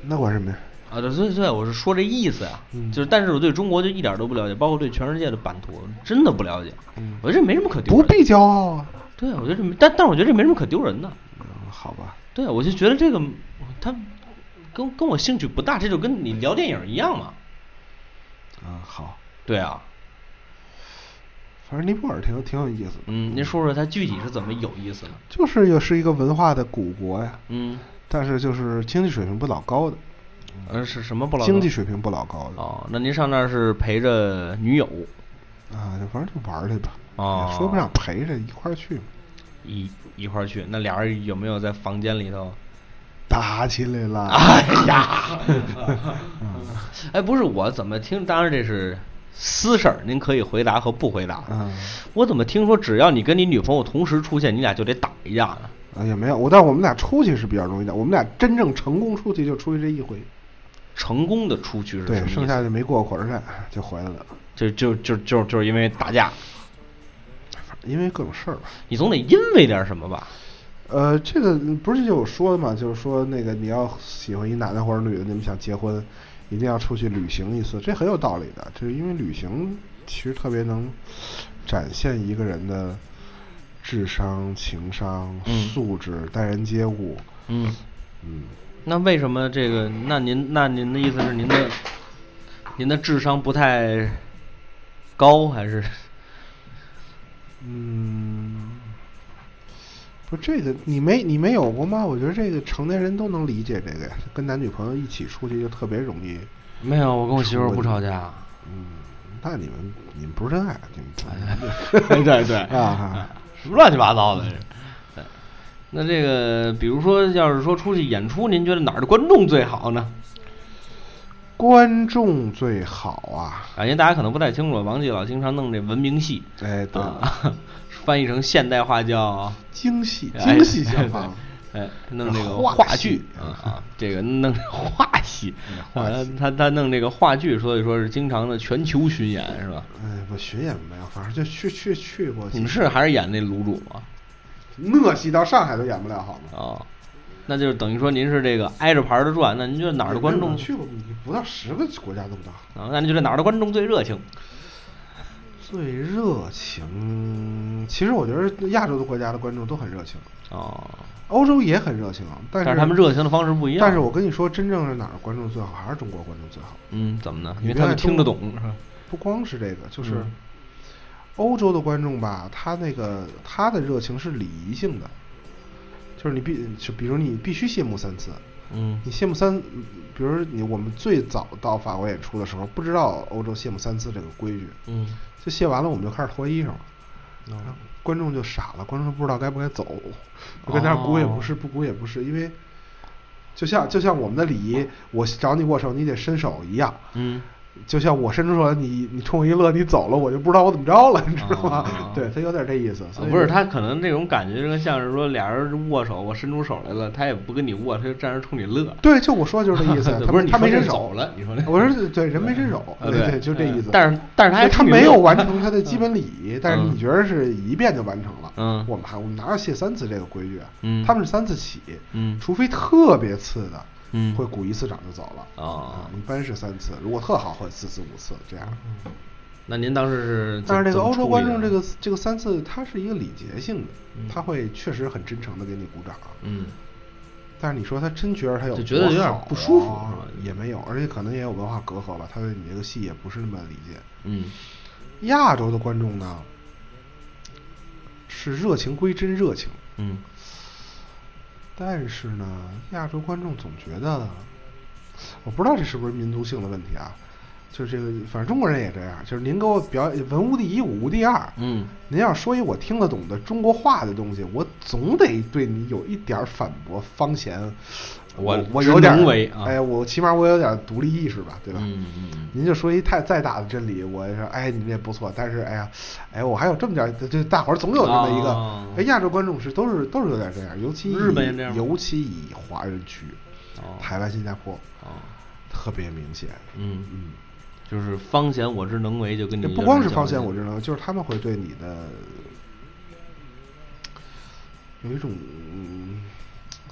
Speaker 4: 那管什么呀？
Speaker 1: 啊。对，所以所以我是说这意思呀、
Speaker 4: 嗯
Speaker 1: 就是但是我对中国就一点都不了解，包括对全世界的版图真的不了解。
Speaker 4: 嗯
Speaker 1: 我觉得这没什么可丢
Speaker 4: 不
Speaker 1: 人的。
Speaker 4: 必骄傲啊。
Speaker 1: 对，我觉得这没，但但我觉得这没什么可丢人的。
Speaker 4: 嗯好吧，
Speaker 1: 对，啊我就觉得这个他跟跟我兴趣不大，这就跟你聊电影一样嘛。
Speaker 4: 啊好，
Speaker 1: 对啊，
Speaker 4: 反正尼泊尔挺有挺有意思的，
Speaker 1: 嗯，您说说它具体是怎么有意思呢？
Speaker 4: 就是也是一个文化的古国呀，
Speaker 1: 嗯，
Speaker 4: 但是就是经济水平不老高的，
Speaker 1: 呃，是什么不老
Speaker 4: 经
Speaker 1: 高
Speaker 4: 济水平不老高的
Speaker 1: 哦，那您上那儿是陪着女友？
Speaker 4: 啊，就反正就玩儿去吧，
Speaker 1: 哦
Speaker 4: 也说不上陪着一块儿去嘛，
Speaker 1: 一一块儿去，那俩人有没有在房间里头？
Speaker 4: 打起来
Speaker 1: 啊 [LAUGHS]
Speaker 4: 了，
Speaker 1: 呀，哎，不是我怎么听？当然这是私事儿，您可以回答和不回答。
Speaker 4: 嗯
Speaker 1: 我怎么听说只要你跟你女朋友同时出现，你俩就得打一架呢？
Speaker 4: 啊也没有，我但我们俩出去是比较容易的，我们俩真正成功出去就出去这一回，
Speaker 1: 成功的出去是什
Speaker 4: 对，
Speaker 1: 么意
Speaker 4: 剩
Speaker 1: 思
Speaker 4: 下就没过火车站就回来了，
Speaker 1: 就就就就就是因为打架，
Speaker 4: 反正因为各种事儿吧。
Speaker 1: 你总得因为点什么吧？
Speaker 4: 呃，这个不是就有说的嘛，就是说那个你要喜欢一男的或者女的，你们想结婚，一定要出去旅行一次，这很有道理的。就是因为旅行其实特别能展现一个人的智商、情商、
Speaker 1: 嗯
Speaker 4: 素质、待人接物。
Speaker 1: 嗯，
Speaker 4: 嗯，
Speaker 1: 那为什么这个？那您那您的意思是您的您的智商不太高，还 [LAUGHS] 是
Speaker 4: 嗯，不，这个你没你没有过吗？我觉得这个成年人都能理解这个呀，跟男女朋友一起出去就特别容易。
Speaker 1: 没有？我跟我媳妇儿不吵架，
Speaker 4: 嗯，那你们你们不是真爱，啊你们
Speaker 1: [LAUGHS] 对对对
Speaker 4: 啊啊，
Speaker 1: 什 [LAUGHS] 么乱七八糟的。这对那这个，比如说，要是说出去演出，您觉得哪儿的观众最好呢？
Speaker 4: 观众最好啊！
Speaker 1: 啊，因为大家可能不太清楚，王继老经常弄这文明戏，
Speaker 4: 哎，对，
Speaker 1: 啊， [LAUGHS] 翻译成现代化叫
Speaker 4: 精细
Speaker 1: 哎
Speaker 4: 精细
Speaker 1: [LAUGHS]
Speaker 4: 相方，
Speaker 1: 哎，弄这个
Speaker 4: 话
Speaker 1: 话
Speaker 4: 戏
Speaker 1: 剧啊啊，这个弄话戏
Speaker 4: 嗯，话
Speaker 1: 啊
Speaker 4: 戏，
Speaker 1: 他他弄这个话剧，所以说是经常的全球巡演是吧？
Speaker 4: 哎，我巡演没有，反正就去去去过几
Speaker 1: 你们
Speaker 4: 次。
Speaker 1: 是还是演那卤煮吗？
Speaker 4: 那戏到上海都演不了，好吗？
Speaker 1: 哦，那就是等于说您是这个挨着牌的转，那您觉得哪儿的观众
Speaker 4: 我去过不到十个国家都不到，
Speaker 1: 啊？那您觉得哪儿的观众最热情？
Speaker 4: 最热情。其实我觉得亚洲的国家的观众都很热情，
Speaker 1: 哦，
Speaker 4: 欧洲也很热情，
Speaker 1: 但
Speaker 4: 但是
Speaker 1: 是他们热情的方式不一样。
Speaker 4: 但是我跟你说，真正是哪儿的观众最好，还是中国观众最好。
Speaker 1: 嗯，怎么呢？因
Speaker 4: 你
Speaker 1: 为
Speaker 4: 别
Speaker 1: 他们
Speaker 4: 看
Speaker 1: 听
Speaker 4: 中
Speaker 1: 得懂是吧？
Speaker 4: 不光是这个，就是
Speaker 1: 嗯
Speaker 4: 欧洲的观众吧，他那个他的热情是礼仪性的，就是你必就比如你必须谢幕三次，
Speaker 1: 嗯
Speaker 4: 你谢幕三，比如你我们最早到法国演出的时候，不知道欧洲谢幕三次这个规矩，
Speaker 1: 嗯，
Speaker 4: 就谢完了我们就开始脱衣裳了，
Speaker 1: 哦
Speaker 4: 然后观众就傻了，观众不知道该不该走，就跟那儿鼓也不是，
Speaker 1: 哦
Speaker 4: 不鼓也不是，因为就像就像我们的礼仪，我找你握手你得伸手一样，
Speaker 1: 嗯，
Speaker 4: 就像我伸出手，你你冲我一乐，你走了，我就不知道我怎么着了，你知道吗？
Speaker 1: 哦
Speaker 4: 对他有点这意思，
Speaker 1: 啊
Speaker 4: 所以
Speaker 1: 不是他可能这种感觉，就像是说俩人握手，我伸出手来了，他也不跟你握，他就站着冲你乐。
Speaker 4: 对，就我说的就是这
Speaker 1: [LAUGHS]
Speaker 4: 意思，他
Speaker 1: 不是
Speaker 4: 他没
Speaker 1: 你说这
Speaker 4: 伸手
Speaker 1: 走了你说那
Speaker 4: 我说对，人没伸手，
Speaker 1: 呃
Speaker 4: 对
Speaker 1: 对
Speaker 4: 就这意思
Speaker 1: 嗯。但是但是他还
Speaker 4: 对他
Speaker 1: 冲你
Speaker 4: 没
Speaker 1: 乐
Speaker 4: 有完成他的基本礼仪，但是
Speaker 1: 嗯
Speaker 4: 你觉得是一遍就完成了？
Speaker 1: 嗯
Speaker 4: 我们还我们哪有谢三次这个规矩啊？
Speaker 1: 嗯
Speaker 4: 他们是三次起，
Speaker 1: 嗯
Speaker 4: 除非特别次的，
Speaker 1: 嗯
Speaker 4: 会鼓一次掌就走了。
Speaker 1: 哦
Speaker 4: 啊，一般是三次，如果特好会四次五次这样。
Speaker 1: 那您当时是怎？
Speaker 4: 但是这
Speaker 1: 怎
Speaker 4: 个
Speaker 1: 么
Speaker 4: 欧洲
Speaker 1: 处
Speaker 4: 观
Speaker 1: 理
Speaker 4: 众
Speaker 1: 的
Speaker 4: 这个这个三次，它是一个礼节性的
Speaker 1: 嗯，
Speaker 4: 他会确实很真诚的给你鼓掌。
Speaker 1: 嗯
Speaker 4: 但是你说他真觉得他有
Speaker 1: 就
Speaker 4: 多好
Speaker 1: 觉
Speaker 4: 啊，
Speaker 1: 得有点不舒服是吧
Speaker 4: 也没有，而且可能也有文化隔阂吧，他对你这个戏也不是那么理解。
Speaker 1: 嗯
Speaker 4: 亚洲的观众呢，是热情归真热情，
Speaker 1: 嗯
Speaker 4: 但是呢，亚洲观众总觉得，我不知道这是不是民族性的问题啊，就是这个，反正中国人也这样，就是您给我表演文无第一，武无第二，
Speaker 1: 嗯
Speaker 4: 您要说一我听得懂的中国话的东西，我总得对你有一点儿反驳，方显
Speaker 1: 我
Speaker 4: 我
Speaker 1: 知
Speaker 4: 有点
Speaker 1: 能
Speaker 4: 儿
Speaker 1: 为啊
Speaker 4: 哎，我起码我有点儿独立意识吧，对吧？
Speaker 1: 嗯嗯嗯
Speaker 4: 您就说一太再大的真理，我也说哎，你们也不错，但是哎呀，哎，我还有这么点儿，就就大伙儿总 [LAUGHS] 有这么一个，
Speaker 1: 哦
Speaker 4: 哎，亚洲观众是都是都是有点这样，尤其以
Speaker 1: 日本也这样吗
Speaker 4: 尤其以华人区，
Speaker 1: 哦
Speaker 4: 台湾、新加坡
Speaker 1: 哦
Speaker 4: 特别明显，
Speaker 1: 嗯
Speaker 4: 嗯。
Speaker 1: 就是方显我之能为，就跟你
Speaker 4: 这
Speaker 1: 一
Speaker 4: 不
Speaker 1: 个
Speaker 4: 光
Speaker 1: 人
Speaker 4: 是
Speaker 1: 较
Speaker 4: 方向
Speaker 1: 劲
Speaker 4: 我知道，就是他们会对你的有一种、嗯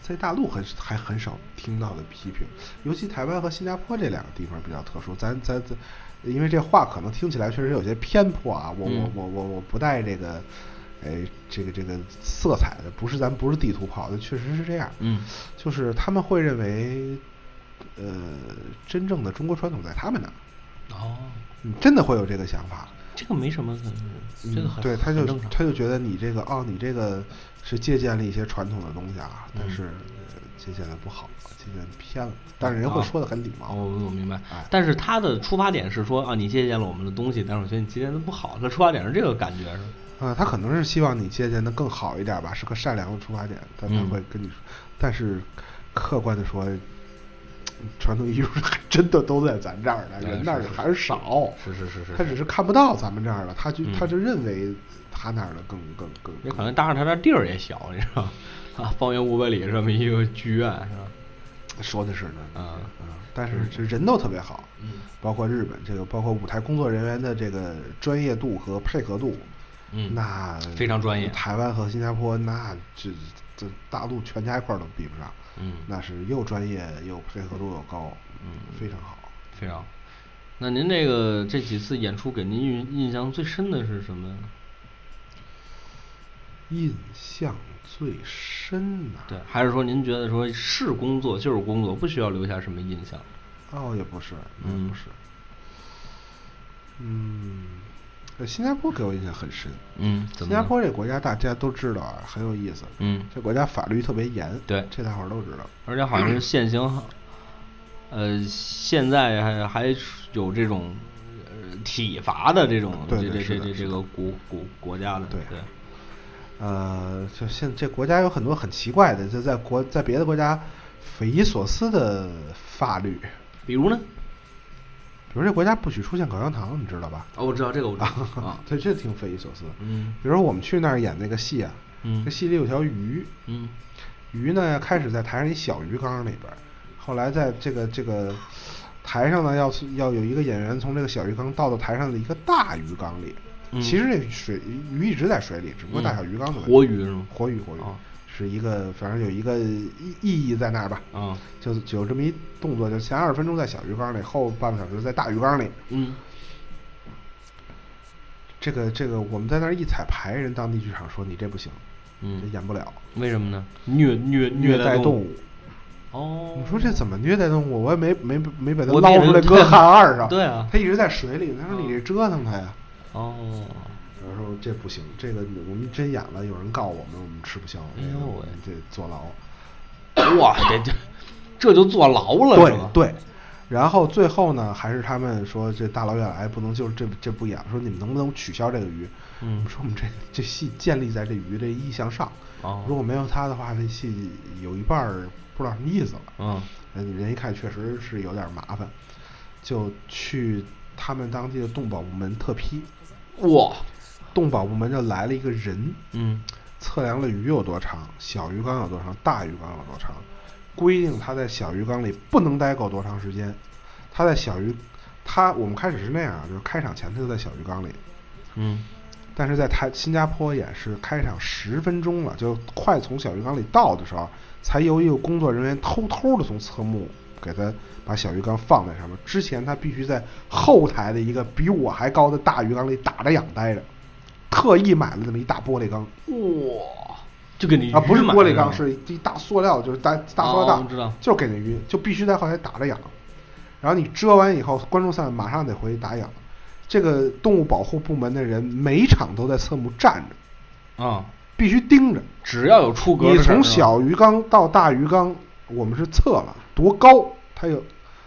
Speaker 4: 在大陆很还很少听到的批评，尤其台湾和新加坡这两个地方比较特殊。咱咱咱，因为这话可能听起来确实有些偏颇啊，我我
Speaker 1: 嗯
Speaker 4: 我我我不带这个。哎，这个这个色彩的不是咱不是地图炮的，确实是这样。
Speaker 1: 嗯，
Speaker 4: 就是他们会认为，呃，真正的中国传统在他们那儿，
Speaker 1: 哦，
Speaker 4: 嗯真的会有这个想法。
Speaker 1: 这个没什么可，这个
Speaker 4: 嗯
Speaker 1: 很
Speaker 4: 对，他
Speaker 1: 很
Speaker 4: 就
Speaker 1: 正常
Speaker 4: 他就觉得你这个哦，你这个是借鉴了一些传统的东西啊，但
Speaker 1: 嗯
Speaker 4: 是呃借鉴的不好，借鉴偏了。但是人会
Speaker 1: 啊
Speaker 4: 说的很礼
Speaker 1: 哦，
Speaker 4: 貌，
Speaker 1: 我我明白
Speaker 4: 哎。
Speaker 1: 但是他的出发点是说啊，你借鉴了我们的东西，但是我觉得你借鉴的不好，他出发点是这个感觉是吧？
Speaker 4: 啊，他可能是希望你借鉴的更好一点吧，是个善良的出发点，但他
Speaker 1: 嗯
Speaker 4: 会跟你说，但是客观的说。传统艺术 [LAUGHS] 真的都在咱这儿呢，
Speaker 1: 哎
Speaker 4: 人
Speaker 1: 是
Speaker 4: 那儿
Speaker 1: 是
Speaker 4: 还是少，
Speaker 1: 是是是是
Speaker 4: 他只是看不到咱们这儿了，他就
Speaker 1: 嗯
Speaker 4: 他就认为他那儿的更更更，
Speaker 1: 也可能搭上他那地儿也小，你知道吗？ [LAUGHS] 啊，方圆五百里这么一个剧院是吧？
Speaker 4: 说的是呢，呃
Speaker 1: 啊
Speaker 4: 但是这人都特别好，
Speaker 1: 嗯
Speaker 4: 包括日本这个，包括舞台工作人员的这个专业度和配合度，
Speaker 1: 嗯
Speaker 4: 那
Speaker 1: 非常专业
Speaker 4: 台湾和新加坡那这这大陆全加一块儿都比不上，
Speaker 1: 嗯
Speaker 4: 那是又专业又配合度又高，
Speaker 1: 嗯
Speaker 4: 非常好。
Speaker 1: 非常好。那您这个这几次演出给您印印象最深的是什么？
Speaker 4: 印象最深呐、
Speaker 1: 对，还是说您觉得说是工作就是工作，不需要留下什么印象？
Speaker 4: 哦，也不是，
Speaker 1: 嗯
Speaker 4: 也不是，嗯，呃新加坡给我印象很深。
Speaker 1: 嗯，怎
Speaker 4: 新
Speaker 1: 么
Speaker 4: 加
Speaker 1: 了
Speaker 4: 坡这国家大家都知道啊，很有意思。
Speaker 1: 嗯
Speaker 4: 这国家法律特别严，
Speaker 1: 对
Speaker 4: 这大伙儿都知道。
Speaker 1: 而且好像是现行，呃，现在还还有这种呃体罚的这种这
Speaker 4: 对对
Speaker 1: 这这
Speaker 4: 是的
Speaker 1: 这
Speaker 4: 是
Speaker 1: 这
Speaker 4: 的
Speaker 1: 个国国国家的
Speaker 4: 对
Speaker 1: 对
Speaker 4: 呃，就现这国家有很多很奇怪的，就在国在别的国家匪夷所思的法律，
Speaker 1: 比如呢？
Speaker 4: 比如这国家不许出现口香糖，你知道吧？，
Speaker 1: 哦，我知道这个我知道啊
Speaker 4: 对，这挺匪夷所思。
Speaker 1: 嗯
Speaker 4: 比如我们去那儿演那个戏啊，
Speaker 1: 嗯
Speaker 4: 这戏里有条鱼，
Speaker 1: 嗯
Speaker 4: 鱼呢开始在台上一小鱼缸里边儿，后来在这个这个台上呢，要是要有一个演员从这个小鱼缸倒到台上的一个大鱼缸里。
Speaker 1: 嗯
Speaker 4: 其实这水鱼一直在水里，只不过大小鱼缸的问题
Speaker 1: 活鱼是吗
Speaker 4: 活鱼，活鱼、
Speaker 1: 哦
Speaker 4: 是一个，反正有一个意意义在那儿吧。
Speaker 1: 啊
Speaker 4: 就就有这么一动作，就前二十分钟在小鱼缸里，后半个小时在大鱼缸里。
Speaker 1: 嗯
Speaker 4: 这个这个，我们在那儿一彩排，人当地剧场说你这不行，
Speaker 1: 嗯
Speaker 4: 这演不了，
Speaker 1: 为什么呢？虐虐
Speaker 4: 虐待
Speaker 1: 待
Speaker 4: 动
Speaker 1: 物
Speaker 4: 物。
Speaker 1: 哦，
Speaker 4: 你说这怎么虐待动物？我也没没没把它
Speaker 1: 我
Speaker 4: 捞
Speaker 1: 也
Speaker 4: 出来
Speaker 1: 是 [LAUGHS]
Speaker 4: 搁
Speaker 1: 对啊
Speaker 4: 汗二上。
Speaker 1: 对啊
Speaker 4: 它一直在水里。他说你这折腾它呀。
Speaker 1: 哦，
Speaker 4: 我说这不行，这个我们真演了，有人告我们，我们吃不消，
Speaker 1: 哎呦
Speaker 4: 这个
Speaker 1: 喂
Speaker 4: 我们这坐牢。
Speaker 1: 哇，这这这就坐牢了是
Speaker 4: 对
Speaker 1: 吧？
Speaker 4: 对，然后最后呢，还是他们说这大老远来不能就这这不演了，说你们能不能取消这个鱼？
Speaker 1: 嗯
Speaker 4: 我们说我们这这戏建立在这鱼的意向上，
Speaker 1: 哦
Speaker 4: 如果没有它的话，这戏有一半儿不知道什么意思了。
Speaker 1: 嗯
Speaker 4: 嗯，人一看确实是有点麻烦，就去他们当地的动保部门特批，
Speaker 1: 哇，
Speaker 4: 动保部门就来了一个人，
Speaker 1: 嗯
Speaker 4: 测量了鱼有多长，小鱼缸有多长，大鱼缸有多长，规定它在小鱼缸里不能待够多长时间。它在小鱼，它我们开始是那样啊，就是开场前它就在小鱼缸里，
Speaker 1: 嗯
Speaker 4: 但是在台新加坡演示开场十分钟了，就快从小鱼缸里倒的时候，才由一个工作人员偷偷的从侧幕给他把小鱼缸放在上面。之前他必须在后台的一个比我还高的大鱼缸里打着仰待着，特意买了这么一大玻璃缸
Speaker 1: 哇，就给你
Speaker 4: 啊，不是
Speaker 1: 鱼买
Speaker 4: 玻璃
Speaker 1: 了
Speaker 4: 缸，
Speaker 1: 吧
Speaker 4: 是一大塑料的，就是大大塑料
Speaker 1: 哦
Speaker 4: 袋，
Speaker 1: 我知道
Speaker 4: 就是给那鱼，就必须在后台打着仰。然后你遮完以后，观众散马上得回去打仰。这个动物保护部门的人每场都在侧幕站着。
Speaker 1: 啊，
Speaker 4: 必须盯着。
Speaker 1: 只要有出格
Speaker 4: 你
Speaker 1: 的事儿
Speaker 4: 从
Speaker 1: 是吧
Speaker 4: 小鱼缸到大鱼缸，我们是测了多高，它有，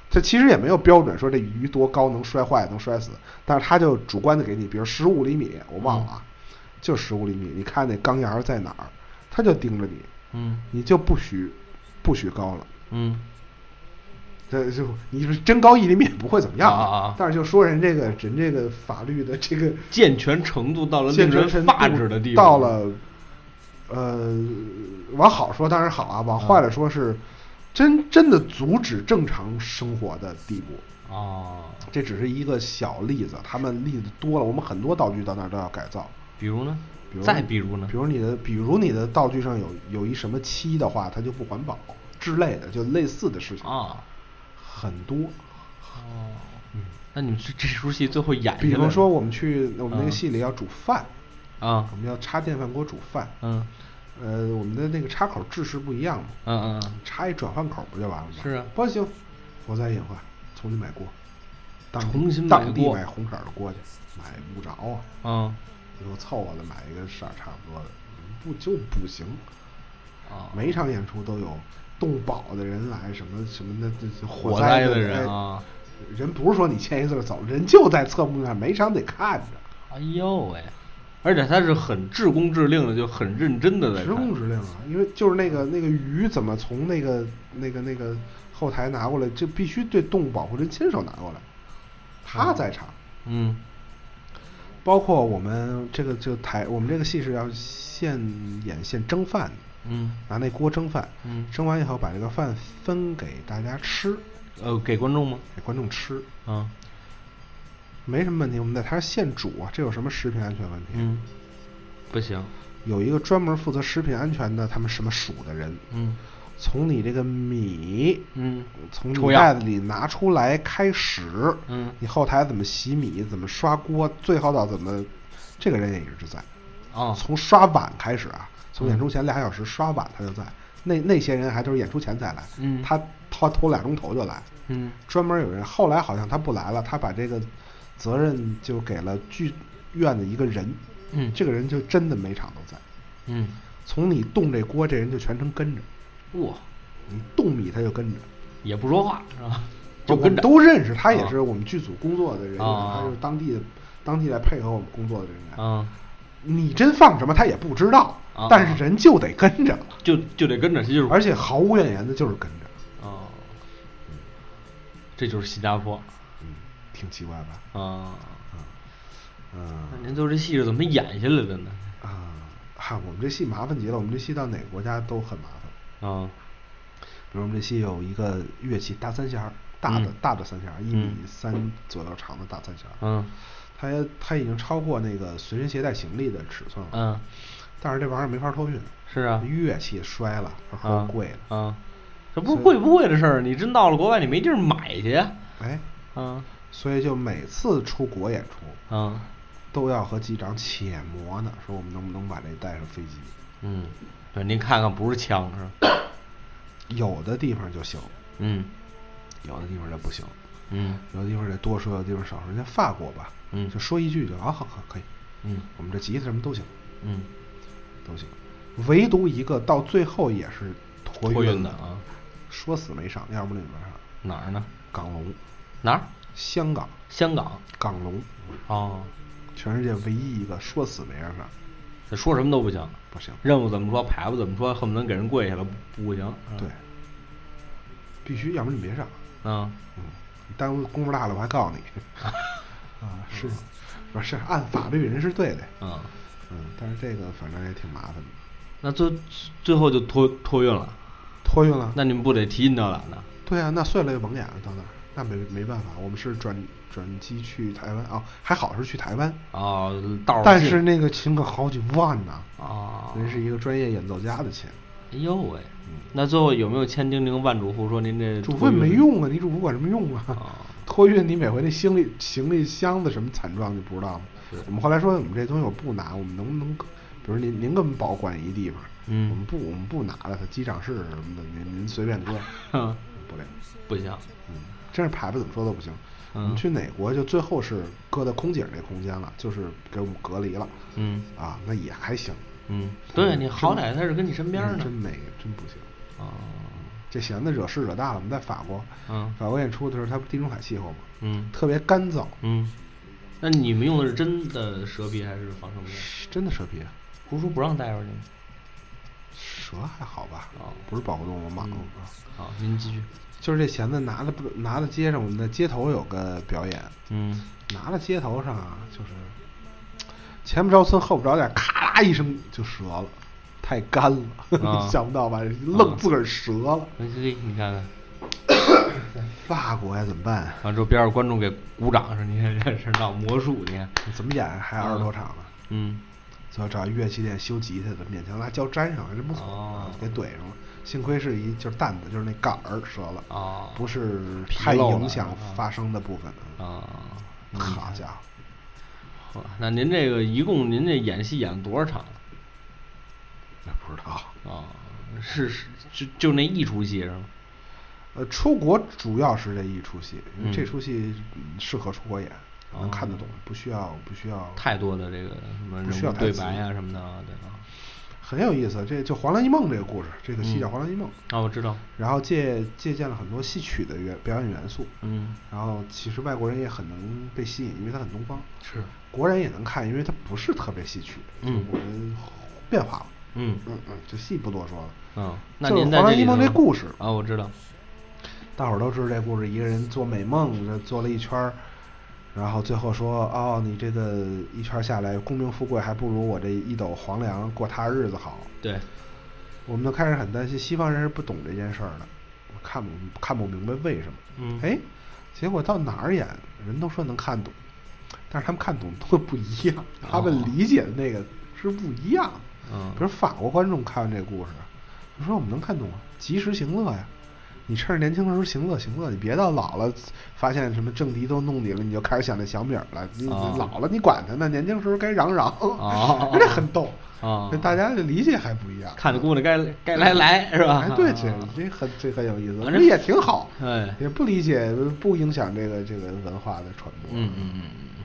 Speaker 4: 它其实也没有标准说这鱼多高能摔坏能摔死，但是它就主观的给你，比如十五厘米，我忘了啊，
Speaker 1: 嗯
Speaker 4: 就十五厘米，你看那缸沿儿在哪儿，它就盯着你，
Speaker 1: 嗯
Speaker 4: 你就不许不许高了。
Speaker 1: 嗯
Speaker 4: 这就你是真高一厘米也不会怎么样，
Speaker 1: 啊啊啊
Speaker 4: 但是就说人这个人这个法律的这个
Speaker 1: 健全程度到了令
Speaker 4: 健全
Speaker 1: 人
Speaker 4: 程
Speaker 1: 发
Speaker 4: 度
Speaker 1: 指的地步，
Speaker 4: 到了，呃，往好说当然好啊，往坏了说是真真的阻止正常生活的地步。
Speaker 1: 啊，
Speaker 4: 这只是一个小例子，他们例子多了，我们很多道具到那儿都要改造。
Speaker 1: 比如呢
Speaker 4: 比如，
Speaker 1: 再比如呢
Speaker 4: 比，如你的，比如你的道具上有有一什么漆的话，它就不环保之类的，就类似的事情
Speaker 1: 啊，
Speaker 4: 很多。
Speaker 1: 哦，那你们 [LAUGHS] 这这出戏最后演下来
Speaker 4: 比
Speaker 1: 了，
Speaker 4: 如说我们去我们
Speaker 1: 嗯
Speaker 4: 那个戏里要煮饭，
Speaker 1: 啊
Speaker 4: 我，们要插电饭锅煮饭，
Speaker 1: 嗯
Speaker 4: 呃，我们的那个插口制式不一样嘛，
Speaker 1: 嗯嗯嗯，
Speaker 4: 插一转换口不就完了吗？
Speaker 1: 是啊
Speaker 4: 不行，火灾隐患，重新买锅，当地
Speaker 1: 重新买
Speaker 4: 当地
Speaker 1: 锅
Speaker 4: 买红色儿的锅去，买不着啊，
Speaker 1: 嗯
Speaker 4: 最后凑合着买一个色儿差不多的，嗯不就不行。
Speaker 1: 啊，
Speaker 4: 每一场演出都有动保的人来，什么什么的，这这
Speaker 1: 火
Speaker 4: 火
Speaker 1: 灾
Speaker 4: 灾
Speaker 1: 的
Speaker 4: 人
Speaker 1: 人啊，
Speaker 4: 哎人不是说你签一字儿走，人就在侧幕那儿，每一场得看着。
Speaker 1: 哎呦喂，而且他是很至公至令的，就很认真的在看
Speaker 4: 职工指令啊，因为就是那个那个鱼怎么从那个那个那个后台拿过来，这必须对动物保护人亲手拿过来，他在场。
Speaker 1: 嗯
Speaker 4: 包括我们这个这个台，我们这个戏是要现演现蒸饭的，
Speaker 1: 嗯，
Speaker 4: 拿那锅蒸饭，
Speaker 1: 嗯
Speaker 4: 蒸完以后把这个饭分给大家吃，
Speaker 1: 呃，给观众吗？
Speaker 4: 给观众吃，
Speaker 1: 啊，
Speaker 4: 没什么问题。我们在台上现煮啊，这有什么食品安全问题？
Speaker 1: 嗯，不行，
Speaker 4: 有一个专门负责食品安全的，他们什么署的人，
Speaker 1: 嗯
Speaker 4: 从你这个米，
Speaker 1: 嗯
Speaker 4: 从
Speaker 1: 抽
Speaker 4: 米
Speaker 1: 样
Speaker 4: 袋子里拿出来开始，
Speaker 1: 嗯
Speaker 4: 你后台怎么洗米，怎么刷锅，最后到怎么，这个人也一直在，
Speaker 1: 啊，
Speaker 4: 从刷碗开始啊，
Speaker 1: 嗯
Speaker 4: 从演出前俩小时刷碗他就在，那那些人还都是演出前才来，
Speaker 1: 嗯
Speaker 4: 他他头俩钟头就来，
Speaker 1: 嗯
Speaker 4: 专门有人，后来好像他不来了，他把这个责任就给了剧院的一个人，
Speaker 1: 嗯
Speaker 4: 这个人就真的每场都在，
Speaker 1: 嗯，
Speaker 4: 从你动这锅，这人就全程跟着，
Speaker 1: 哇，
Speaker 4: 你动米他就跟着。 [LAUGHS]
Speaker 1: 也不说话是吧？就
Speaker 4: 我们
Speaker 1: 跟着
Speaker 4: 都认识，他也
Speaker 1: 啊
Speaker 4: 是我们剧组工作的人员，
Speaker 1: 啊
Speaker 4: 他就是当地的当地来配合我们工作的人员。
Speaker 1: 嗯，
Speaker 4: 你真放什么，他也不知道，
Speaker 1: 啊
Speaker 4: 但是人就得跟着，
Speaker 1: 就就得跟着，这就是
Speaker 4: 而且毫无怨言的，就是跟着，
Speaker 1: 哦，这就是新加坡
Speaker 4: 嗯，挺奇怪吧？
Speaker 1: 啊。
Speaker 4: 嗯
Speaker 1: 那您都这戏是怎么演下来的呢？
Speaker 4: 啊，嗨，我们这戏麻烦极了，我们这戏到哪个国家都很麻烦。
Speaker 1: 啊，
Speaker 4: 比如我们这戏有一个乐器大三弦儿，大的、
Speaker 1: 嗯
Speaker 4: 大的三弦儿，一米
Speaker 1: 嗯
Speaker 4: 三左右长的大三弦儿，
Speaker 1: 嗯
Speaker 4: 它它已经超过那个随身携带行李的尺寸了，
Speaker 1: 嗯，
Speaker 4: 但是这玩意儿没法偷运，
Speaker 1: 是啊，
Speaker 4: 乐器摔了，然后
Speaker 1: 啊
Speaker 4: 贵了，
Speaker 1: 啊，这不是会不会的事儿，你真到了国外，你没地儿买去。
Speaker 4: 哎，
Speaker 1: 啊
Speaker 4: 所以就每次出国演出
Speaker 1: 啊，
Speaker 4: 都要和机长且磨呢，说我们能不能把这带上飞机，
Speaker 1: 嗯，对，您看看不是枪是吧？
Speaker 4: 有的地方就行，
Speaker 1: 嗯
Speaker 4: 有的地方就不行，
Speaker 1: 嗯
Speaker 4: 有的地方得多说，有的地方少说，人家法国吧，
Speaker 1: 嗯
Speaker 4: 就说一句就啊，好好可以，
Speaker 1: 嗯
Speaker 4: 我们这吉他什么都行，
Speaker 1: 嗯，
Speaker 4: 都行，唯独一个到最后也是托
Speaker 1: 托
Speaker 4: 运
Speaker 1: 运的啊，
Speaker 4: 说死没上，要不那没上，
Speaker 1: 哪儿呢？
Speaker 4: 港龙，
Speaker 1: 哪儿？
Speaker 4: 香港，
Speaker 1: 香港。
Speaker 4: 港龙，
Speaker 1: 哦，
Speaker 4: 全世界唯一一个说死没上上，
Speaker 1: 这说什么都不行，
Speaker 4: 不行，
Speaker 1: 任务怎么说，牌子怎么说，恨不能给人跪下了，不不行。啊
Speaker 4: 对，，必须，要不然你别上，
Speaker 1: 嗯
Speaker 4: 嗯，你耽误功夫大了，我还告 [LAUGHS] 诉你，啊，是，不是按法律人是对的，
Speaker 1: 嗯，
Speaker 4: 嗯，但是这个反正也挺麻烦的，
Speaker 1: 那最最后就托托运了，
Speaker 4: 托运了，
Speaker 1: 那你们不得提心吊胆的？
Speaker 4: 对啊，那碎了就甭演了，到那儿，那没没办法，我们是转转机去台湾啊、还好是去台湾，
Speaker 1: 哦，道儿
Speaker 4: 但
Speaker 1: 近
Speaker 4: 是那个琴可好几万呢，
Speaker 1: 哦，
Speaker 4: 人是一个专业演奏家的琴，
Speaker 1: 哎呦喂，那最后有没有千叮咛万嘱咐说您这
Speaker 4: 主
Speaker 1: 托
Speaker 4: 妇
Speaker 1: 运
Speaker 4: 没用啊，你主妇管什么 [LAUGHS] 用
Speaker 1: 哦
Speaker 4: 啊？托运你每回那行李行李箱子什么惨状你不知道吗？我们后来说我们这东西我不拿，我们能不能，比如您您给我们保管一地方，
Speaker 1: 嗯 [LAUGHS]
Speaker 4: 我们不我们不拿了，它机长室什么的，您您随便搁，
Speaker 1: 哼
Speaker 4: 不灵，
Speaker 1: 不行，
Speaker 4: 嗯，真是牌子怎么说都不行。我们
Speaker 1: 嗯
Speaker 4: 去哪国就最后是搁到空姐这空间了，就是给我们隔离了，
Speaker 1: 嗯
Speaker 4: 啊，那也还行，
Speaker 1: 嗯，对你好歹他是跟你身边
Speaker 4: 真
Speaker 1: 呢，
Speaker 4: 真没真不行。
Speaker 1: 哦，
Speaker 4: 这闲的惹事惹大了。我们在法国，
Speaker 1: 嗯
Speaker 4: 法国演出的时候，它不地中海气候嘛，
Speaker 1: 嗯
Speaker 4: 特别干燥，
Speaker 1: 嗯，那你们用的是真的蛇皮还是防蛇皮？
Speaker 4: 是真的蛇皮啊。
Speaker 1: 胡叔不让带出去吗。
Speaker 4: 蛇还好吧
Speaker 1: 哦，
Speaker 4: 不是保护动物，马路
Speaker 1: 嗯
Speaker 4: 啊。
Speaker 1: 好，您继续。
Speaker 4: 就是这闲的拿了不拿到街上，我们在街头有个表演，
Speaker 1: 嗯
Speaker 4: 拿到街头上啊，就是前不着村后不着店，咔啦一声就折了，太干了，
Speaker 1: 啊
Speaker 4: [LAUGHS] 想不到吧？愣自个儿折了。
Speaker 1: 那这你看看，
Speaker 4: 法国呀，怎么办？
Speaker 1: 完之后边上观众给鼓掌说：“ [LAUGHS] 你看这是闹魔术，你看。
Speaker 4: 怎么演？还二十多场呢。”
Speaker 1: 嗯，
Speaker 4: 最后找乐器店修吉他的，勉强拿胶粘上，还真不错，
Speaker 1: 哦
Speaker 4: 啊给怼上了。幸亏是一就是担子，就是那杆儿折了，
Speaker 1: 哦
Speaker 4: 不是
Speaker 1: 皮
Speaker 4: 太
Speaker 1: 漏了
Speaker 4: 影响
Speaker 1: 啊
Speaker 4: 发声的部分。
Speaker 1: 啊，
Speaker 4: 好家伙，
Speaker 1: 好吧，那您这个一共您这演戏演了多少场了？
Speaker 4: 那不知道。
Speaker 1: 啊，是是，就就那一出戏是吗？
Speaker 4: 呃，出国主要是这一出戏，因为
Speaker 1: 嗯
Speaker 4: 这出戏嗯适合出国演，
Speaker 1: 哦
Speaker 4: 能看得懂，不需要不需要
Speaker 1: 太多的这个什么
Speaker 4: 不需
Speaker 1: 人
Speaker 4: 要
Speaker 1: 物
Speaker 4: 台
Speaker 1: 对
Speaker 4: 词
Speaker 1: 白呀、什么的啊，对啊。
Speaker 4: 很有意思。这就《黄粱一梦》这个故事，这个戏
Speaker 1: 嗯
Speaker 4: 叫《黄粱一梦》，
Speaker 1: 啊，我知道。
Speaker 4: 然后借借鉴了很多戏曲的元表演元素。
Speaker 1: 嗯，
Speaker 4: 然后其实外国人也很能被吸引，因为它很东方。
Speaker 1: 是。
Speaker 4: 国人也能看，因为它不是特别戏曲。
Speaker 1: 嗯
Speaker 4: 我们变化了。
Speaker 1: 嗯
Speaker 4: 嗯嗯，这戏不多说了。
Speaker 1: 嗯，那
Speaker 4: 就是
Speaker 1: 您
Speaker 4: 黄
Speaker 1: 在
Speaker 4: 粱
Speaker 1: 这
Speaker 4: 一
Speaker 1: 里
Speaker 4: 梦
Speaker 1: 头
Speaker 4: 这故事
Speaker 1: 啊，我知道。
Speaker 4: 大伙儿都知道这故事，一个人做美梦，这做了一圈儿，然后最后说：“哦，你这个一圈儿下来，功名富贵还不如我这一斗黄粱过他日子好。
Speaker 1: 对，”
Speaker 4: 我们就开始很担心，西方人是不懂这件事儿的，我看不看不明白为什么。
Speaker 1: 嗯
Speaker 4: 哎，结果到哪儿演，人都说能看懂，但是他们看懂都不一样，他们理解的那个是不一样的。
Speaker 1: 嗯
Speaker 4: 比如法国观众看完这故事，他说我们能看懂啊，及时行乐呀。你趁着年轻的时候行乐行乐，你别到老了发现什么政敌都弄你了，你就开始想那小米儿了。你你
Speaker 1: 哦
Speaker 4: 老了你管他呢，年轻时候该嚷嚷， [LAUGHS]
Speaker 1: 哦
Speaker 4: 这很逗。
Speaker 1: 哦
Speaker 4: 这大家的理解还不一样。
Speaker 1: 看着姑娘该该来来是吧？
Speaker 4: 哎，对，这
Speaker 1: 啊
Speaker 4: 这很这很有意思，
Speaker 1: 反
Speaker 4: 这
Speaker 1: 正
Speaker 4: 也挺好，
Speaker 1: 哎
Speaker 4: 也不理解，不影响这个这个文化的传播。
Speaker 1: 嗯嗯嗯嗯，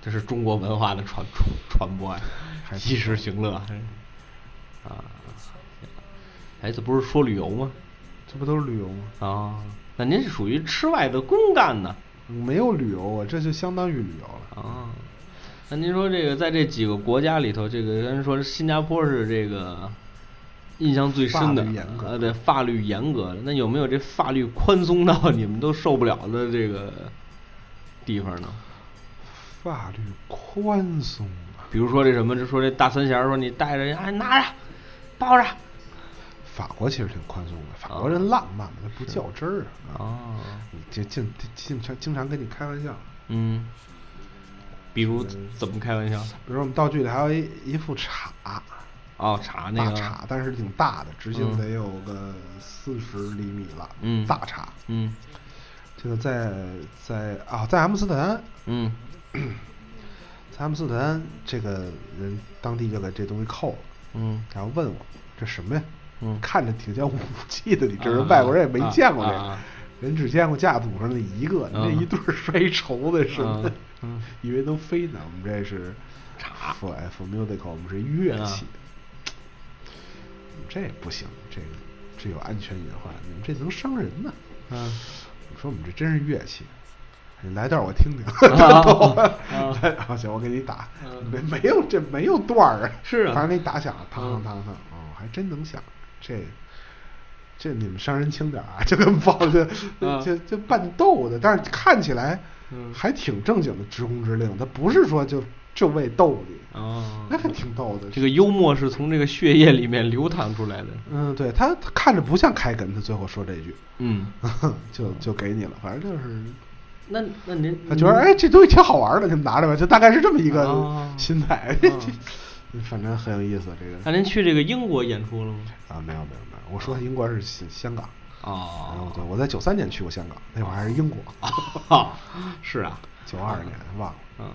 Speaker 1: 这是中国文化的传传传播呀、
Speaker 4: 还 [LAUGHS]
Speaker 1: 及时行乐啊。哎，这不是说旅游吗？
Speaker 4: 这不都是旅游吗？
Speaker 1: 啊，那您是属于吃外的公干呢。
Speaker 4: 没有旅游啊，这就相当于旅游了。
Speaker 1: 啊，那您说这个在这几个国家里头，这个咱说新加坡是这个印象最深的
Speaker 4: 法律严，格
Speaker 1: 呃，对，法律严格的。那有没有这法律宽松到你们都受不了的这个地方呢？
Speaker 4: 法律宽松啊，
Speaker 1: 比如说这什么，就说这大三弦儿说你带着，哎，拿着，抱着。
Speaker 4: 法国其实挺宽松
Speaker 1: 啊
Speaker 4: 的，法国人浪漫的，不较真儿啊。
Speaker 1: 哦，
Speaker 4: 你这经经常经常跟你开玩笑，
Speaker 1: 嗯，比如怎么开玩笑？
Speaker 4: 比如说我们道具里还有一一副镲，
Speaker 1: 哦，查那
Speaker 4: 大
Speaker 1: 个
Speaker 4: 镲，但是挺大的，直径
Speaker 1: 嗯
Speaker 4: 得有个四十厘米了，
Speaker 1: 嗯
Speaker 4: 大镲。
Speaker 1: 嗯
Speaker 4: 这个在在啊，在阿姆斯特丹，
Speaker 1: 嗯，
Speaker 4: 在阿姆斯特丹这个人当地就给这东西扣了，
Speaker 1: 嗯
Speaker 4: 然后问我这什么呀？
Speaker 1: 嗯
Speaker 4: 看着挺像武器的，你这人
Speaker 1: 啊
Speaker 4: 外国人也没
Speaker 1: 啊
Speaker 4: 见过这
Speaker 1: 啊
Speaker 4: 个
Speaker 1: 啊，
Speaker 4: 人只见过架子鼓上的一个，那
Speaker 1: 嗯
Speaker 4: 一对儿摔绸子什么的
Speaker 1: 嗯嗯，
Speaker 4: 以为能飞呢。我们这是
Speaker 1: 镲
Speaker 4: for for musical，我们是乐
Speaker 1: 啊
Speaker 4: 器，嗯这不行，这个这有安全隐患，你们这能伤人呢。
Speaker 1: 嗯，
Speaker 4: 我说我们这真是乐器，你来段儿我听听，真逗。 [LAUGHS] 啊，行，我给你打，
Speaker 1: 嗯
Speaker 4: 没没有这没有段儿啊，
Speaker 1: 是啊
Speaker 4: 反正给你打响了，嘡嘡
Speaker 1: 嗯
Speaker 4: 嘡嘡，哦，还真能响，这这你们伤人轻点儿啊，就跟
Speaker 1: [LAUGHS]
Speaker 4: 报这
Speaker 1: 啊
Speaker 4: 这这半逗的，但是看起来
Speaker 1: 嗯
Speaker 4: 还挺正经的职工之令，他不是说就就为逗你，
Speaker 1: 哦
Speaker 4: 那还挺逗的，
Speaker 1: 这个幽默是从这个血液里面流淌出来的。
Speaker 4: 嗯，对他他看着不像开哏，他最后说这句， [LAUGHS]
Speaker 1: 嗯，
Speaker 4: 就就给你了，反正就是。
Speaker 1: 那那您
Speaker 4: 他觉得哎，这东西挺好玩的，你们拿着吧，就大概是这么一个
Speaker 1: 哦
Speaker 4: 心态，这
Speaker 1: 啊
Speaker 4: [LAUGHS] 反正很有意思。这
Speaker 1: 那
Speaker 4: 个
Speaker 1: 您去这个英国演出了吗？
Speaker 4: 啊，没有没有没有，我说英国是香香港，然后
Speaker 1: 哦，
Speaker 4: 对我在九三年去过香港，那会儿还是英国，
Speaker 1: 啊 [LAUGHS] 是啊，
Speaker 4: 九二年忘了。
Speaker 1: 嗯，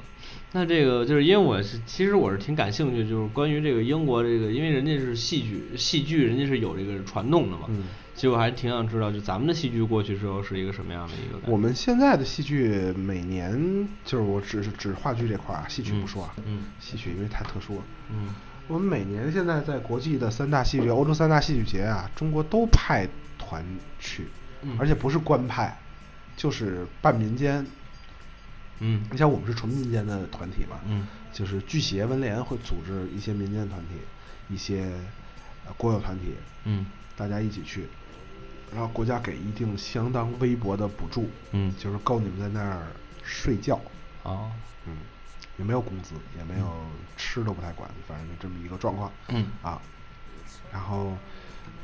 Speaker 1: 那这个就是因为我是其实我是挺感兴趣，就是关于这个英国这个，因为人家是戏剧，戏剧人家是有这个传统的嘛。
Speaker 4: 嗯
Speaker 1: 其实我还挺想知道，就咱们的戏剧过去之后是一个什么样的一个感觉？
Speaker 4: 我们现在的戏剧每年就是我只是指话剧这块儿啊，戏剧不说啊，
Speaker 1: 嗯嗯
Speaker 4: 戏剧因为太特殊了。
Speaker 1: 嗯
Speaker 4: 我们每年现在在国际的三大戏剧、欧洲三大戏剧节啊，中国都派团去，
Speaker 1: 嗯
Speaker 4: 而且不是官派，就是半民间。
Speaker 1: 嗯
Speaker 4: 你像我们是纯民间的团体嘛，
Speaker 1: 嗯
Speaker 4: 就是剧协、文联会组织一些民间团体、一些呃国有团体，
Speaker 1: 嗯
Speaker 4: 大家一起去，然后国家给一定相当微薄的补助，
Speaker 1: 嗯
Speaker 4: 就是够你们在那儿睡觉，
Speaker 1: 哦，
Speaker 4: 嗯，也没有工资，也没有吃都不太管，反正就这么一个状况。
Speaker 1: 嗯
Speaker 4: 啊，然后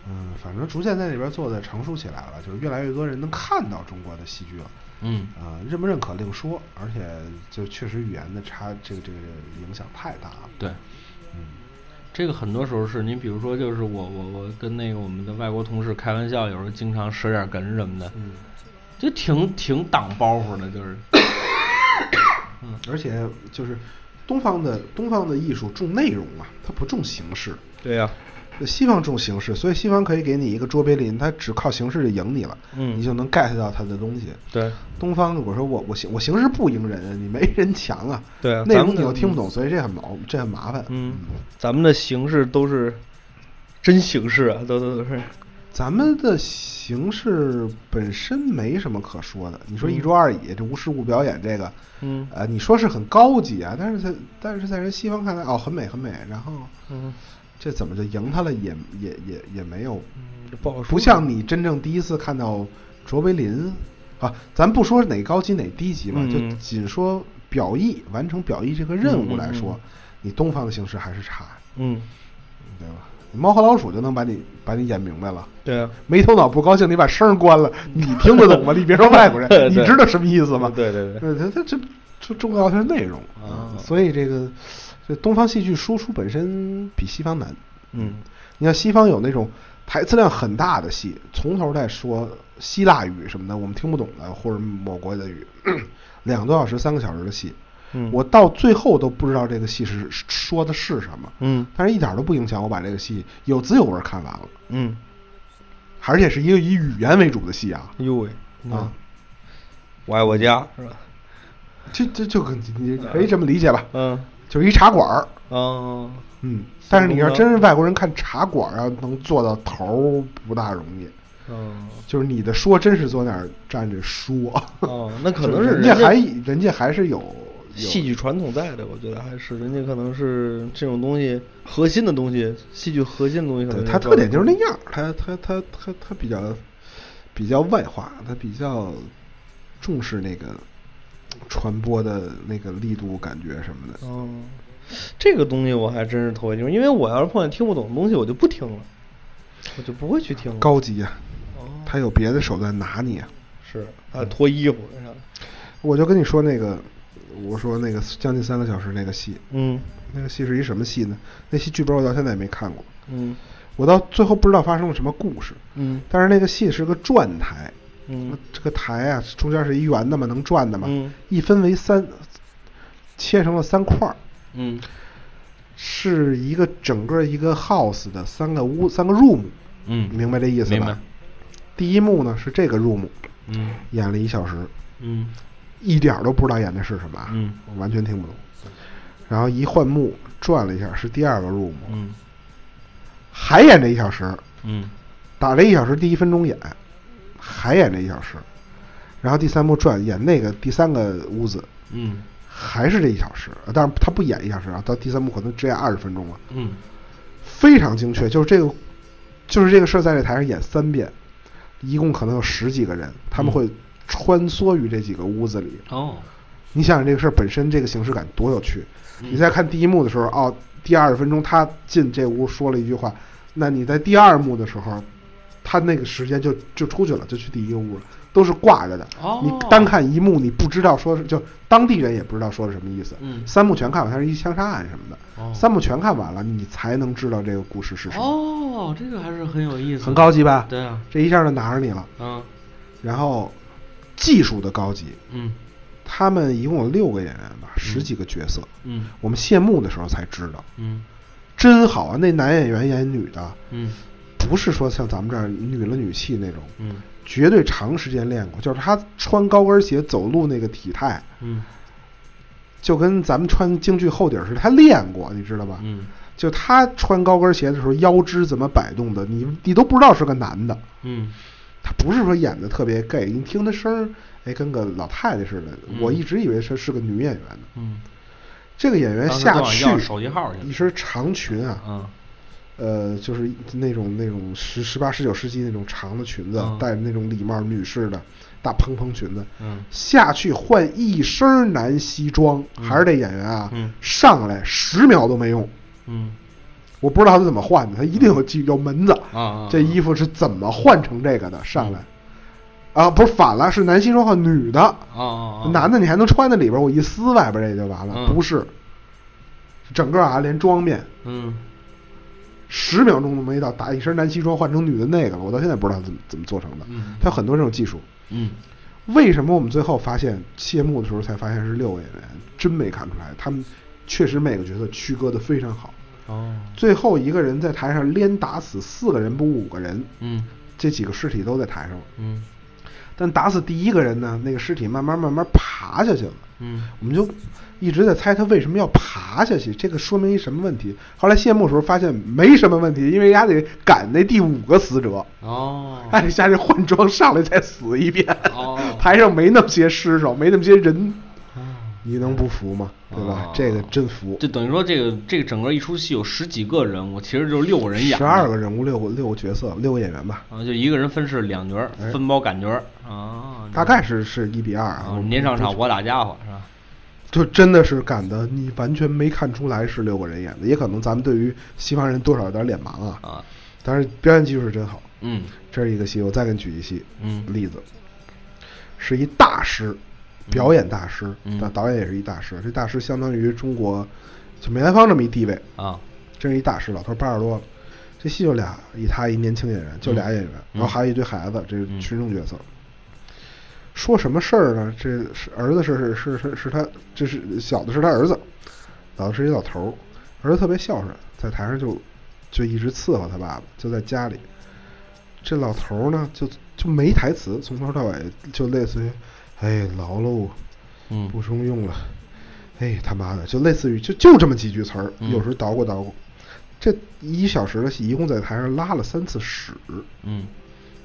Speaker 4: 嗯，反正逐渐在那边做的成熟起来了，就是越来越多人能看到中国的戏剧了。
Speaker 1: 嗯
Speaker 4: 呃，认不认可另说，而且就确实语言的差，这个这个影响太大了。
Speaker 1: 对，
Speaker 4: 嗯，
Speaker 1: 这个很多时候是您，比如说，就是我我我跟那个我们的外国同事开玩笑，有时候经常使点哏什么的，
Speaker 4: 嗯，
Speaker 1: 就挺挺挡包袱的，就是，
Speaker 4: 而且就是东方的东方的艺术重内容嘛，它不重形式。
Speaker 1: 对呀、
Speaker 4: 西方重形式，所以西方可以给你一个卓别林，他只靠形式就赢你了，
Speaker 1: 嗯
Speaker 4: 你就能 get 到他的东西。
Speaker 1: 对
Speaker 4: 东方我说我我形我形式不赢人，你没人强啊。
Speaker 1: 对啊
Speaker 4: 内
Speaker 1: 咱
Speaker 4: 容
Speaker 1: 们
Speaker 4: 你又
Speaker 1: 的
Speaker 4: 听不懂，所以这很毛，这很麻烦。
Speaker 1: 嗯，咱们的形式都是真形式啊，都都都是，
Speaker 4: 咱们的形式本身没什么可说的。你说一桌二椅，这无实物表演这个，
Speaker 1: 嗯
Speaker 4: 呃，你说是很高级啊，但是在但是在人西方看来，哦，很美很美，然后
Speaker 1: 嗯，
Speaker 4: 这怎么就赢他了也也也也没有，
Speaker 1: 嗯这不好说
Speaker 4: 不像你真正第一次看到卓别林啊，咱不说哪高级哪低级嘛，
Speaker 1: 嗯
Speaker 4: 就仅说表意完成表意这个任务来说，
Speaker 1: 嗯嗯
Speaker 4: 你东方的形式还是差，
Speaker 1: 嗯，
Speaker 4: 对吧？猫和老鼠就能把你把你演明白了。
Speaker 1: 对啊，
Speaker 4: 没头脑不高兴，你把声儿关了，你听得懂吗？你别说外国
Speaker 1: [LAUGHS]
Speaker 4: 人
Speaker 1: 对，
Speaker 4: 你知道什么意思吗？
Speaker 1: 对对对
Speaker 4: 对，他他这这重要的是内容
Speaker 1: 啊
Speaker 4: 所以这个这东方戏剧输出本身比西方难。
Speaker 1: 嗯
Speaker 4: 你像西方有那种台词量很大的戏，从头在说希腊语什么的，我们听不懂的，或者某国的语， [CLEARS THROAT] 两个多小时、三个小时的戏，
Speaker 1: 嗯
Speaker 4: 我到最后都不知道这个戏是是说的是什么，
Speaker 1: 嗯
Speaker 4: 但是一点都不影响我把这个戏有滋有味儿看完了。
Speaker 1: 嗯，
Speaker 4: 而且是一个以语言为主的戏啊
Speaker 1: 呦喂
Speaker 4: 啊，，
Speaker 1: 我爱我家是吧？
Speaker 4: 这这就跟你可以这么理解吧，
Speaker 1: 嗯
Speaker 4: 就是一茶馆儿，嗯
Speaker 1: 哦，
Speaker 4: 嗯，但是你要真是外国人看茶馆儿啊，能做到头儿不大容易，
Speaker 1: 哦
Speaker 5: 嗯，
Speaker 4: 就是你的说真是坐那儿站着说。
Speaker 5: 哦那可能
Speaker 4: 就是人家
Speaker 5: 人家
Speaker 4: 还以人家还是有有
Speaker 5: 戏剧传统在的，我觉得还是人家可能是这种东西核心的东西，戏剧核心的东西可
Speaker 4: 对
Speaker 5: 能
Speaker 4: 他特点就是那样儿，他他他他他比较比较外化，他比较重视那个传播的那个力度、感觉什么的。
Speaker 5: 哦，这个东西我还真是头一听，因为我要是碰见听不懂的东西，我就不听了，我就不会去听了。
Speaker 4: 高级啊，
Speaker 5: 哦
Speaker 4: 他有别的手段拿你啊。
Speaker 5: 是啊，脱衣服是吧？
Speaker 4: 我就跟你说那个，我说那个将近三个小时那个戏，
Speaker 5: 嗯
Speaker 4: 那个戏是一什么戏呢？那戏剧本我到现在也没看过，
Speaker 5: 嗯
Speaker 4: 我到最后不知道发生了什么故事。
Speaker 5: 嗯
Speaker 4: 但是那个戏是个转台，
Speaker 5: 嗯
Speaker 4: 这个台啊中间是一圆的嘛，能转的嘛，
Speaker 5: 嗯
Speaker 4: 一分为三，切成了三块儿，
Speaker 1: 嗯
Speaker 4: 是一个整个一个 house 的三个屋三个 room，
Speaker 1: 嗯
Speaker 4: 明白这意思
Speaker 1: 明
Speaker 4: 吧
Speaker 1: 白？
Speaker 4: 第一幕呢是这个 room，
Speaker 1: 嗯
Speaker 4: 演了一小时，
Speaker 1: 嗯
Speaker 4: 一点儿都不知道演的是什么啊，
Speaker 1: 嗯
Speaker 4: 我完全听不懂。然后一换幕转了一下，是第二个 room，
Speaker 1: 嗯
Speaker 4: 还演这一小时，
Speaker 1: 嗯
Speaker 4: 打这一小时，第一分钟演，还演这一小时，然后第三幕转演那个第三个屋子，
Speaker 1: 嗯
Speaker 4: 还是这一小时，呃但是他不演一小时啊，到第三幕可能只演二十分钟了，
Speaker 1: 嗯
Speaker 4: 非常精确，就是这个，就是这个事儿在这台上演三遍，一共可能有十几个人，他
Speaker 1: 嗯
Speaker 4: 们会穿梭于这几个屋子里。
Speaker 1: 哦
Speaker 4: 你想想这个事儿本身这个形式感多有趣，
Speaker 5: 嗯
Speaker 1: 嗯
Speaker 4: 你在看第一幕的时候，哦，第二十分钟他进这屋说了一句话，那你在第二幕的时候，他那个时间就就出去了，就去第一个屋了，都是挂着的。
Speaker 1: 哦
Speaker 4: 你单看一幕，你不知道说是就当地人也不知道说是什么意思。
Speaker 1: 嗯
Speaker 4: 三幕全看完，它是一枪杀案什么的。
Speaker 1: 哦
Speaker 4: 三幕全看完了，你才能知道这个故事是什么，
Speaker 1: 哦，这个还是很有意思的，
Speaker 4: 很高级吧？
Speaker 1: 对啊，
Speaker 4: 这一下就拿着你了。
Speaker 1: 嗯
Speaker 4: 然后技术的高级，
Speaker 1: 嗯
Speaker 4: 他们一共有六个演员吧，十几个角色。
Speaker 1: 嗯
Speaker 4: 我们谢幕的时候才知道，
Speaker 1: 嗯
Speaker 4: 真好啊！那男演员演女的，
Speaker 1: 嗯
Speaker 4: 不是说像咱们这儿女了女气那种，
Speaker 1: 嗯
Speaker 4: 绝对长时间练过，就是他穿高跟鞋走路那个体态，
Speaker 1: 嗯
Speaker 4: 就跟咱们穿京剧后底儿似的，他练过，你知道吧？
Speaker 1: 嗯
Speaker 4: 就他穿高跟鞋的时候，腰肢怎么摆动的，你你都不知道是个男的。
Speaker 1: 嗯
Speaker 4: 他不是说演的特别 gay，你听他声儿，哎，跟个老太太似的。
Speaker 1: 嗯
Speaker 4: 我一直以为是是个女演员呢。
Speaker 1: 嗯
Speaker 4: 这个演员
Speaker 1: 当时
Speaker 4: 哎下
Speaker 1: 就往
Speaker 4: 去
Speaker 1: 要手机号去了
Speaker 4: 一身长裙啊，
Speaker 1: 嗯
Speaker 4: 呃，就是那种那种十十八十九世纪那种长的裙子，
Speaker 1: 嗯
Speaker 4: 戴着那种礼帽女士的大蓬蓬裙子，
Speaker 1: 嗯
Speaker 4: 下去换一身男西装，还是这演员啊，
Speaker 1: 嗯
Speaker 4: 上来十秒都没用，
Speaker 1: 嗯
Speaker 4: 我不知道他怎么换的，他一定有技有门子
Speaker 1: 啊啊啊嗯
Speaker 4: 这衣服是怎么换成这个的？上来，啊，不是反了，是男西装换女的，
Speaker 1: 啊啊啊，
Speaker 4: 男的你还能穿在里边，我一撕外边这就完了，
Speaker 1: 嗯
Speaker 4: 不是，整个啊连妆面，
Speaker 1: 嗯
Speaker 4: 十秒钟都没到，打一身男西装换成女的那个了，我到现在不知道怎么怎么做成的
Speaker 1: 嗯，
Speaker 4: 它有很多这种技术。
Speaker 1: 嗯
Speaker 4: 为什么我们最后发现谢幕的时候才发现是六个演员？真没看出来，他们确实每个角色区隔的非常好。
Speaker 1: 哦
Speaker 4: 最后一个人在台上连打死四个人不五个人，
Speaker 1: 嗯
Speaker 4: 这几个尸体都在台上了。
Speaker 1: 嗯
Speaker 4: 但打死第一个人呢，那个尸体慢慢慢慢爬下去了。
Speaker 1: 嗯
Speaker 4: 我们就一直在猜他为什么要爬下去，这个说明一什么问题？后来谢幕的时候发现没什么问题，因为人家得赶那第五个死者，
Speaker 1: 哦
Speaker 4: 按下去换装上来再死一遍。
Speaker 1: 哦
Speaker 4: 台上没那么些尸首，没那么些人，
Speaker 1: 哦
Speaker 4: 你能不服吗？对吧？
Speaker 1: 哦
Speaker 4: 这个真服。
Speaker 1: 就等于说这个这个整个一出戏有十几个人物，其实就是六个人演，
Speaker 4: 十二个人物，六个六个角色，六个演员吧，
Speaker 1: 啊，就一个人分饰两角儿，
Speaker 4: 哎
Speaker 1: 分包感角儿啊，
Speaker 4: 大概是是一比二啊
Speaker 1: 啊，。您上场我打家伙是吧？
Speaker 4: 就真的是赶的，你完全没看出来是六个人演的，也可能咱们对于西方人多少有点脸盲啊。
Speaker 1: 啊，
Speaker 4: 但是表演技术是真好。
Speaker 1: 嗯
Speaker 4: 这是一个戏，我再给你举一戏，
Speaker 1: 嗯
Speaker 4: 例子，是一大师，表演大师，
Speaker 1: 嗯
Speaker 4: 但导演也是一大师。这大师相当于中国就梅兰芳这么一地位，
Speaker 1: 啊，
Speaker 4: 这是一大师，老头八十多了。这戏就俩，一他一年轻演员，就俩演员，然后还有一堆孩子，这是群众角色。说什么事儿呢？这是儿子是是是是是他，这是小的是他儿子，老的是一老头儿，儿子特别孝顺，在台上就就一直伺候他爸爸，就在家里。这老头儿呢，就就没台词，从头到尾就类似于，哎，劳喽，
Speaker 1: 嗯
Speaker 4: 不中用了，哎，他妈的，就类似于就就这么几句词儿，
Speaker 1: 嗯
Speaker 4: 有时候捣鼓捣鼓。这一小时的戏，一共在台上拉了三次屎，
Speaker 1: 嗯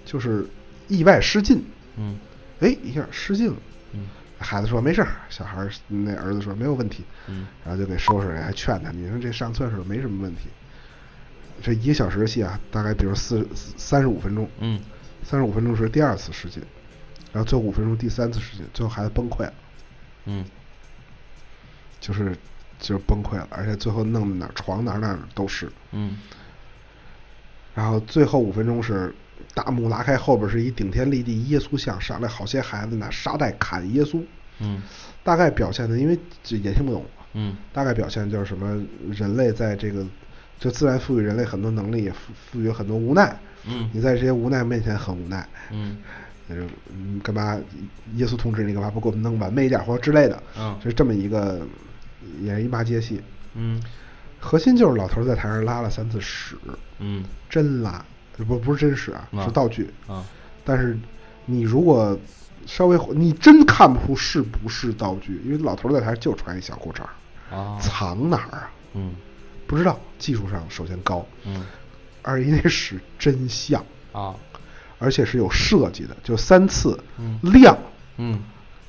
Speaker 4: 就是意外失禁，
Speaker 6: 嗯
Speaker 4: 哎，一下失禁了。
Speaker 6: 嗯
Speaker 4: 孩子说没事儿，小孩儿那儿子说没有问题，
Speaker 6: 嗯
Speaker 4: 然后就给收拾了，还劝他，你说这上厕所没什么问题。这一个小时的戏啊，大概比如四三十五分钟，
Speaker 6: 嗯
Speaker 4: 三十五分钟是第二次失禁，然后最后五分钟第三次失禁，最后孩子崩溃了，
Speaker 6: 嗯
Speaker 4: 就是就是崩溃了，而且最后弄得哪儿床哪儿哪儿都是。
Speaker 6: 嗯
Speaker 4: 然后最后五分钟是大幕拉开，后边是一顶天立地耶稣像，上来好些孩子拿沙袋砍耶稣，
Speaker 6: 嗯
Speaker 4: 大概表现的，因为这也听不懂，
Speaker 6: 嗯
Speaker 4: 大概表现就是什么人类在这个就自然赋予人类很多能力，也赋赋予很多无奈，
Speaker 6: 嗯
Speaker 4: 你在这些无奈面前很无奈，
Speaker 6: 嗯
Speaker 4: 就是嗯，干嘛耶稣同志你干嘛不给我们弄完美一点或者之类的，
Speaker 6: 嗯
Speaker 4: 就是这么一个也是一骂街戏，
Speaker 6: 嗯
Speaker 4: 核心就是老头在台上拉了三次屎，
Speaker 6: 嗯
Speaker 4: 真拉，不不是真屎啊，
Speaker 6: 啊
Speaker 4: 是道具。
Speaker 6: 啊
Speaker 4: 但是你如果稍微你真看不出是不是道具，因为老头在台上就穿一小裤衩儿，
Speaker 1: 哦
Speaker 6: 啊
Speaker 4: 藏哪儿啊？
Speaker 6: 嗯
Speaker 4: 不知道。技术上首先高，
Speaker 6: 嗯
Speaker 4: 二一那屎真像，
Speaker 6: 啊
Speaker 1: 哦
Speaker 4: 而且是有设计的，就三次
Speaker 6: 嗯
Speaker 4: 亮。
Speaker 6: 嗯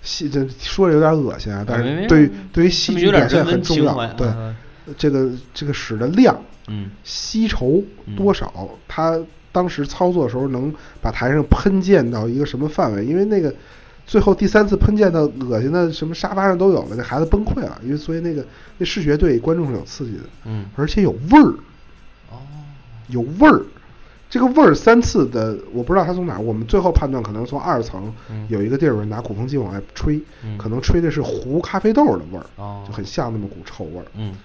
Speaker 4: 戏这说着有点恶心啊，但
Speaker 6: 没没
Speaker 4: 是对于
Speaker 6: 没
Speaker 4: 对于
Speaker 1: 他
Speaker 4: 戏
Speaker 1: 们
Speaker 4: 剧
Speaker 1: 有点
Speaker 4: 表现
Speaker 1: 人文
Speaker 4: 很重
Speaker 1: 情
Speaker 4: 要
Speaker 1: 怀。
Speaker 4: 对
Speaker 1: 啊，
Speaker 4: 这个这个屎的量
Speaker 6: 嗯
Speaker 4: 吸筹多少，他当时操作的时候能把台上喷溅到一个什么范围？因为那个最后第三次喷溅到恶心的什么沙发上都有了，那孩子崩溃了，因为所以那个那视觉对观众是有刺激的，
Speaker 6: 嗯
Speaker 4: 而且有味儿，
Speaker 6: 哦
Speaker 4: 有味儿。这个味儿三次的，我不知道他从哪儿，我们最后判断可能从二层
Speaker 6: 嗯
Speaker 4: 有一个地儿有人拿鼓风机往外吹，
Speaker 6: 嗯
Speaker 4: 可能吹的是糊咖啡豆的味儿，
Speaker 6: 哦
Speaker 4: 就很像那么股臭味儿。
Speaker 6: 嗯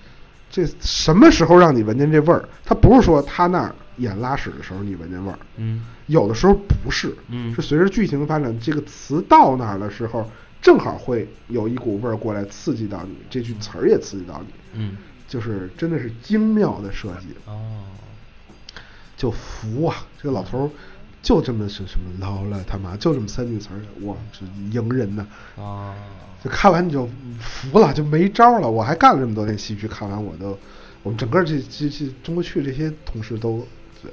Speaker 4: 这什么时候让你闻见这味儿？他不是说他那儿演拉屎的时候你闻见味儿，
Speaker 6: 嗯
Speaker 4: 有的时候不是，
Speaker 6: 嗯
Speaker 4: 是随着剧情的发展，这个词到那儿的时候，正好会有一股味儿过来刺激到你，这句词儿也刺激到你，
Speaker 6: 嗯
Speaker 4: 就是真的是精妙的设计，
Speaker 6: 哦
Speaker 4: 就服啊！这个老头儿就这么是什么捞了他妈，就这么三句词儿，哇，是赢人呐、
Speaker 6: 啊
Speaker 1: 哦
Speaker 4: 就看完你就服了，就没招了。我还干了这么多年戏剧，看完我都，我们整个这这这中国区这些同事都，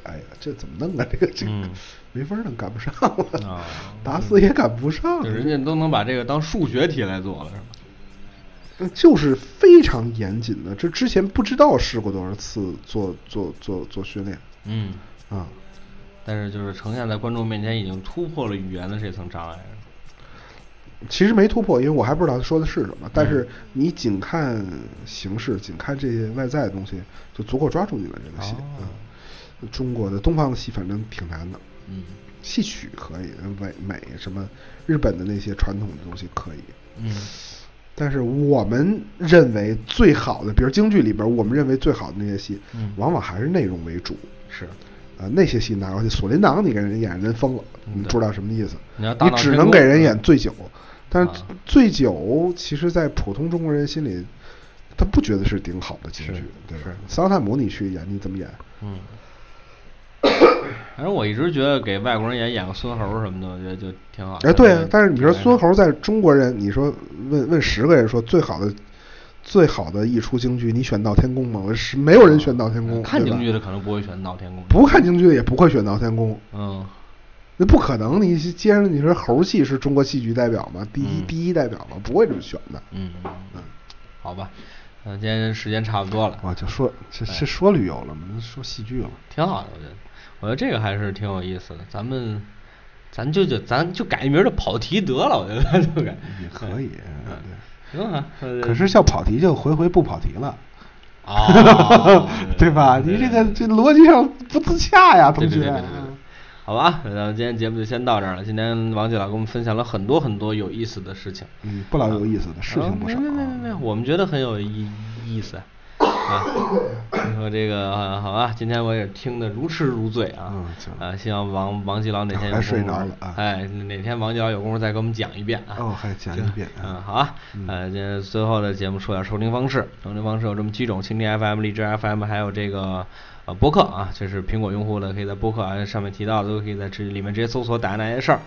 Speaker 4: 哎呀，这怎么弄啊？这个这个、
Speaker 6: 嗯
Speaker 4: 没法弄，赶不上
Speaker 6: 啊
Speaker 4: 了，打死也赶不上
Speaker 1: 哦就，人家都能把这个当数学题来做了，是吧？
Speaker 4: 呃就是非常严谨的。这之前不知道试过多少次做做做做训练
Speaker 6: 嗯
Speaker 4: 啊。
Speaker 1: 但是就是呈现在观众面前，已经突破了语言的这层障碍。
Speaker 4: 其实没突破，因为我还不知道他说的是什么。但
Speaker 6: 嗯
Speaker 4: 是你仅看形式，仅看这些外在的东西，就足够抓住你了。这个戏，
Speaker 6: 哦
Speaker 4: 嗯，中国的东方的戏反正挺难的，
Speaker 6: 嗯
Speaker 4: 戏曲可以，美美什么日本的那些传统的东西可以。
Speaker 6: 嗯
Speaker 4: 但是我们认为最好的，比如京剧里边，我们认为最好的那些戏，
Speaker 6: 嗯
Speaker 4: 往往还是内容为主。
Speaker 6: 是
Speaker 4: 呃，那些戏拿过去，《锁麟囊》你给人演人疯了，
Speaker 6: 嗯
Speaker 4: 你不知道什么意思，
Speaker 1: 你要大闹
Speaker 4: 只
Speaker 1: 天
Speaker 4: 能
Speaker 1: 宫嗯
Speaker 4: 给人演醉酒。但是
Speaker 1: 啊
Speaker 4: 醉酒，其实，在普通中国人心里，他不觉得是顶好的京剧，对吧？桑塔姆你去演，你怎么演？
Speaker 6: 嗯
Speaker 1: 反正我一直觉得给外国人也演个孙猴什么的，我觉得就挺好。
Speaker 4: 哎，对啊，但是你说孙
Speaker 1: 猴，
Speaker 4: 猴在中国人，你说问问十个人说最好的最好的一出京剧，你选《闹天宫》吗？我是没有人选《闹天宫》，
Speaker 1: 看
Speaker 4: 嗯对吧
Speaker 1: 京剧的可能不会选闹天宫，
Speaker 4: 不看京剧的也不会选《闹天宫》，
Speaker 1: 嗯，
Speaker 4: 那不可能。你接着你说猴戏是中国戏剧代表吗？第一、
Speaker 6: 嗯
Speaker 4: 第一代表吗？不会这么选的。
Speaker 6: 嗯
Speaker 4: 嗯，
Speaker 1: 好吧，嗯，今天时间差不多了，
Speaker 4: 我就说这是说旅游了吗？说戏剧了吗？
Speaker 1: 挺好的，我觉得，我觉得这个还是挺有意思的。咱们，咱就就咱就改一名儿叫跑题得了，我觉得 [LAUGHS] 就改
Speaker 4: 也可以。嗯
Speaker 1: 嗯挺好。
Speaker 4: 对
Speaker 1: 呃
Speaker 4: 啊可是叫跑题就回回不跑题了，，
Speaker 1: 啊
Speaker 4: 对吧？你这个这逻辑上不自洽呀，同
Speaker 1: 对对对
Speaker 4: 学嗯
Speaker 1: 对。对对好吧，那咱们今天节目就先到这儿了。今天王姐老给我们分享了很多很多有意思的事情，
Speaker 4: 嗯，不老有意思的事情不少
Speaker 1: 啊没没没没没，我们觉得很有意意
Speaker 4: [COUGHS]
Speaker 1: 思啊。啊，你说这个、啊、好吧，今天我也听得如痴如醉啊，
Speaker 4: 嗯行
Speaker 1: 啊，希望王王继老哪天有功
Speaker 4: 还睡
Speaker 1: 夫
Speaker 4: 着了啊
Speaker 1: 哎，哪天王继老有功夫再给我们讲一遍啊。
Speaker 4: 哦还讲一
Speaker 1: 行
Speaker 4: 遍啊
Speaker 1: 嗯，好啊，呃，这最后的节目说一下收听方式，收听方式有这么几种：蜻蜓 FM、荔枝 FM，还有这个呃播客啊，这是苹果用户的，可以在播客啊上面提到的，都可以在这里面直接搜索“打那些事儿”，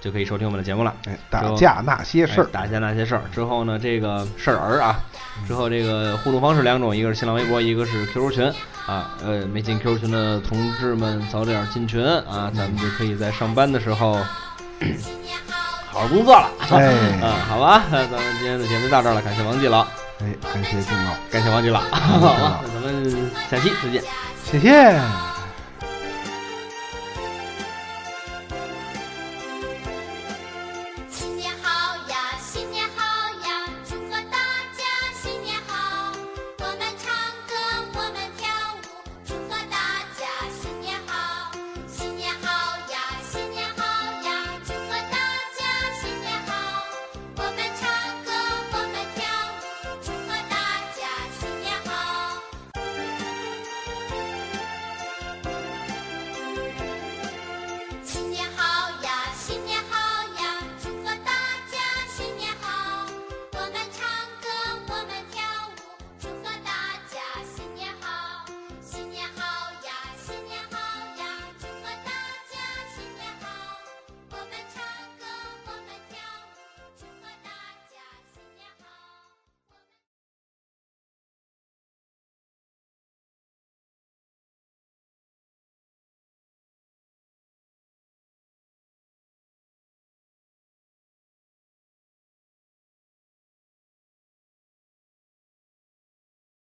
Speaker 1: 就可以收听我们的节目了。
Speaker 4: 哎打
Speaker 1: 之后
Speaker 4: 架那些事儿
Speaker 1: 哎打架那些事儿之后
Speaker 4: 嗯
Speaker 1: 呢，这个事儿儿啊，之后这个互动方式两种，一个是新浪微博，一个是 QQ 群。
Speaker 6: 啊，呃，没进 Q 群的同志们早点进群啊，咱们就可以在上班的时候
Speaker 1: 啊
Speaker 6: 好好工作了。
Speaker 4: 哎
Speaker 6: 啊，好吧，那咱们今天的节目就到这儿了，感谢王季老，
Speaker 4: 哎，感谢敬老，
Speaker 6: 感谢王季老，好吧，那咱们下期再见。
Speaker 4: 谢谢。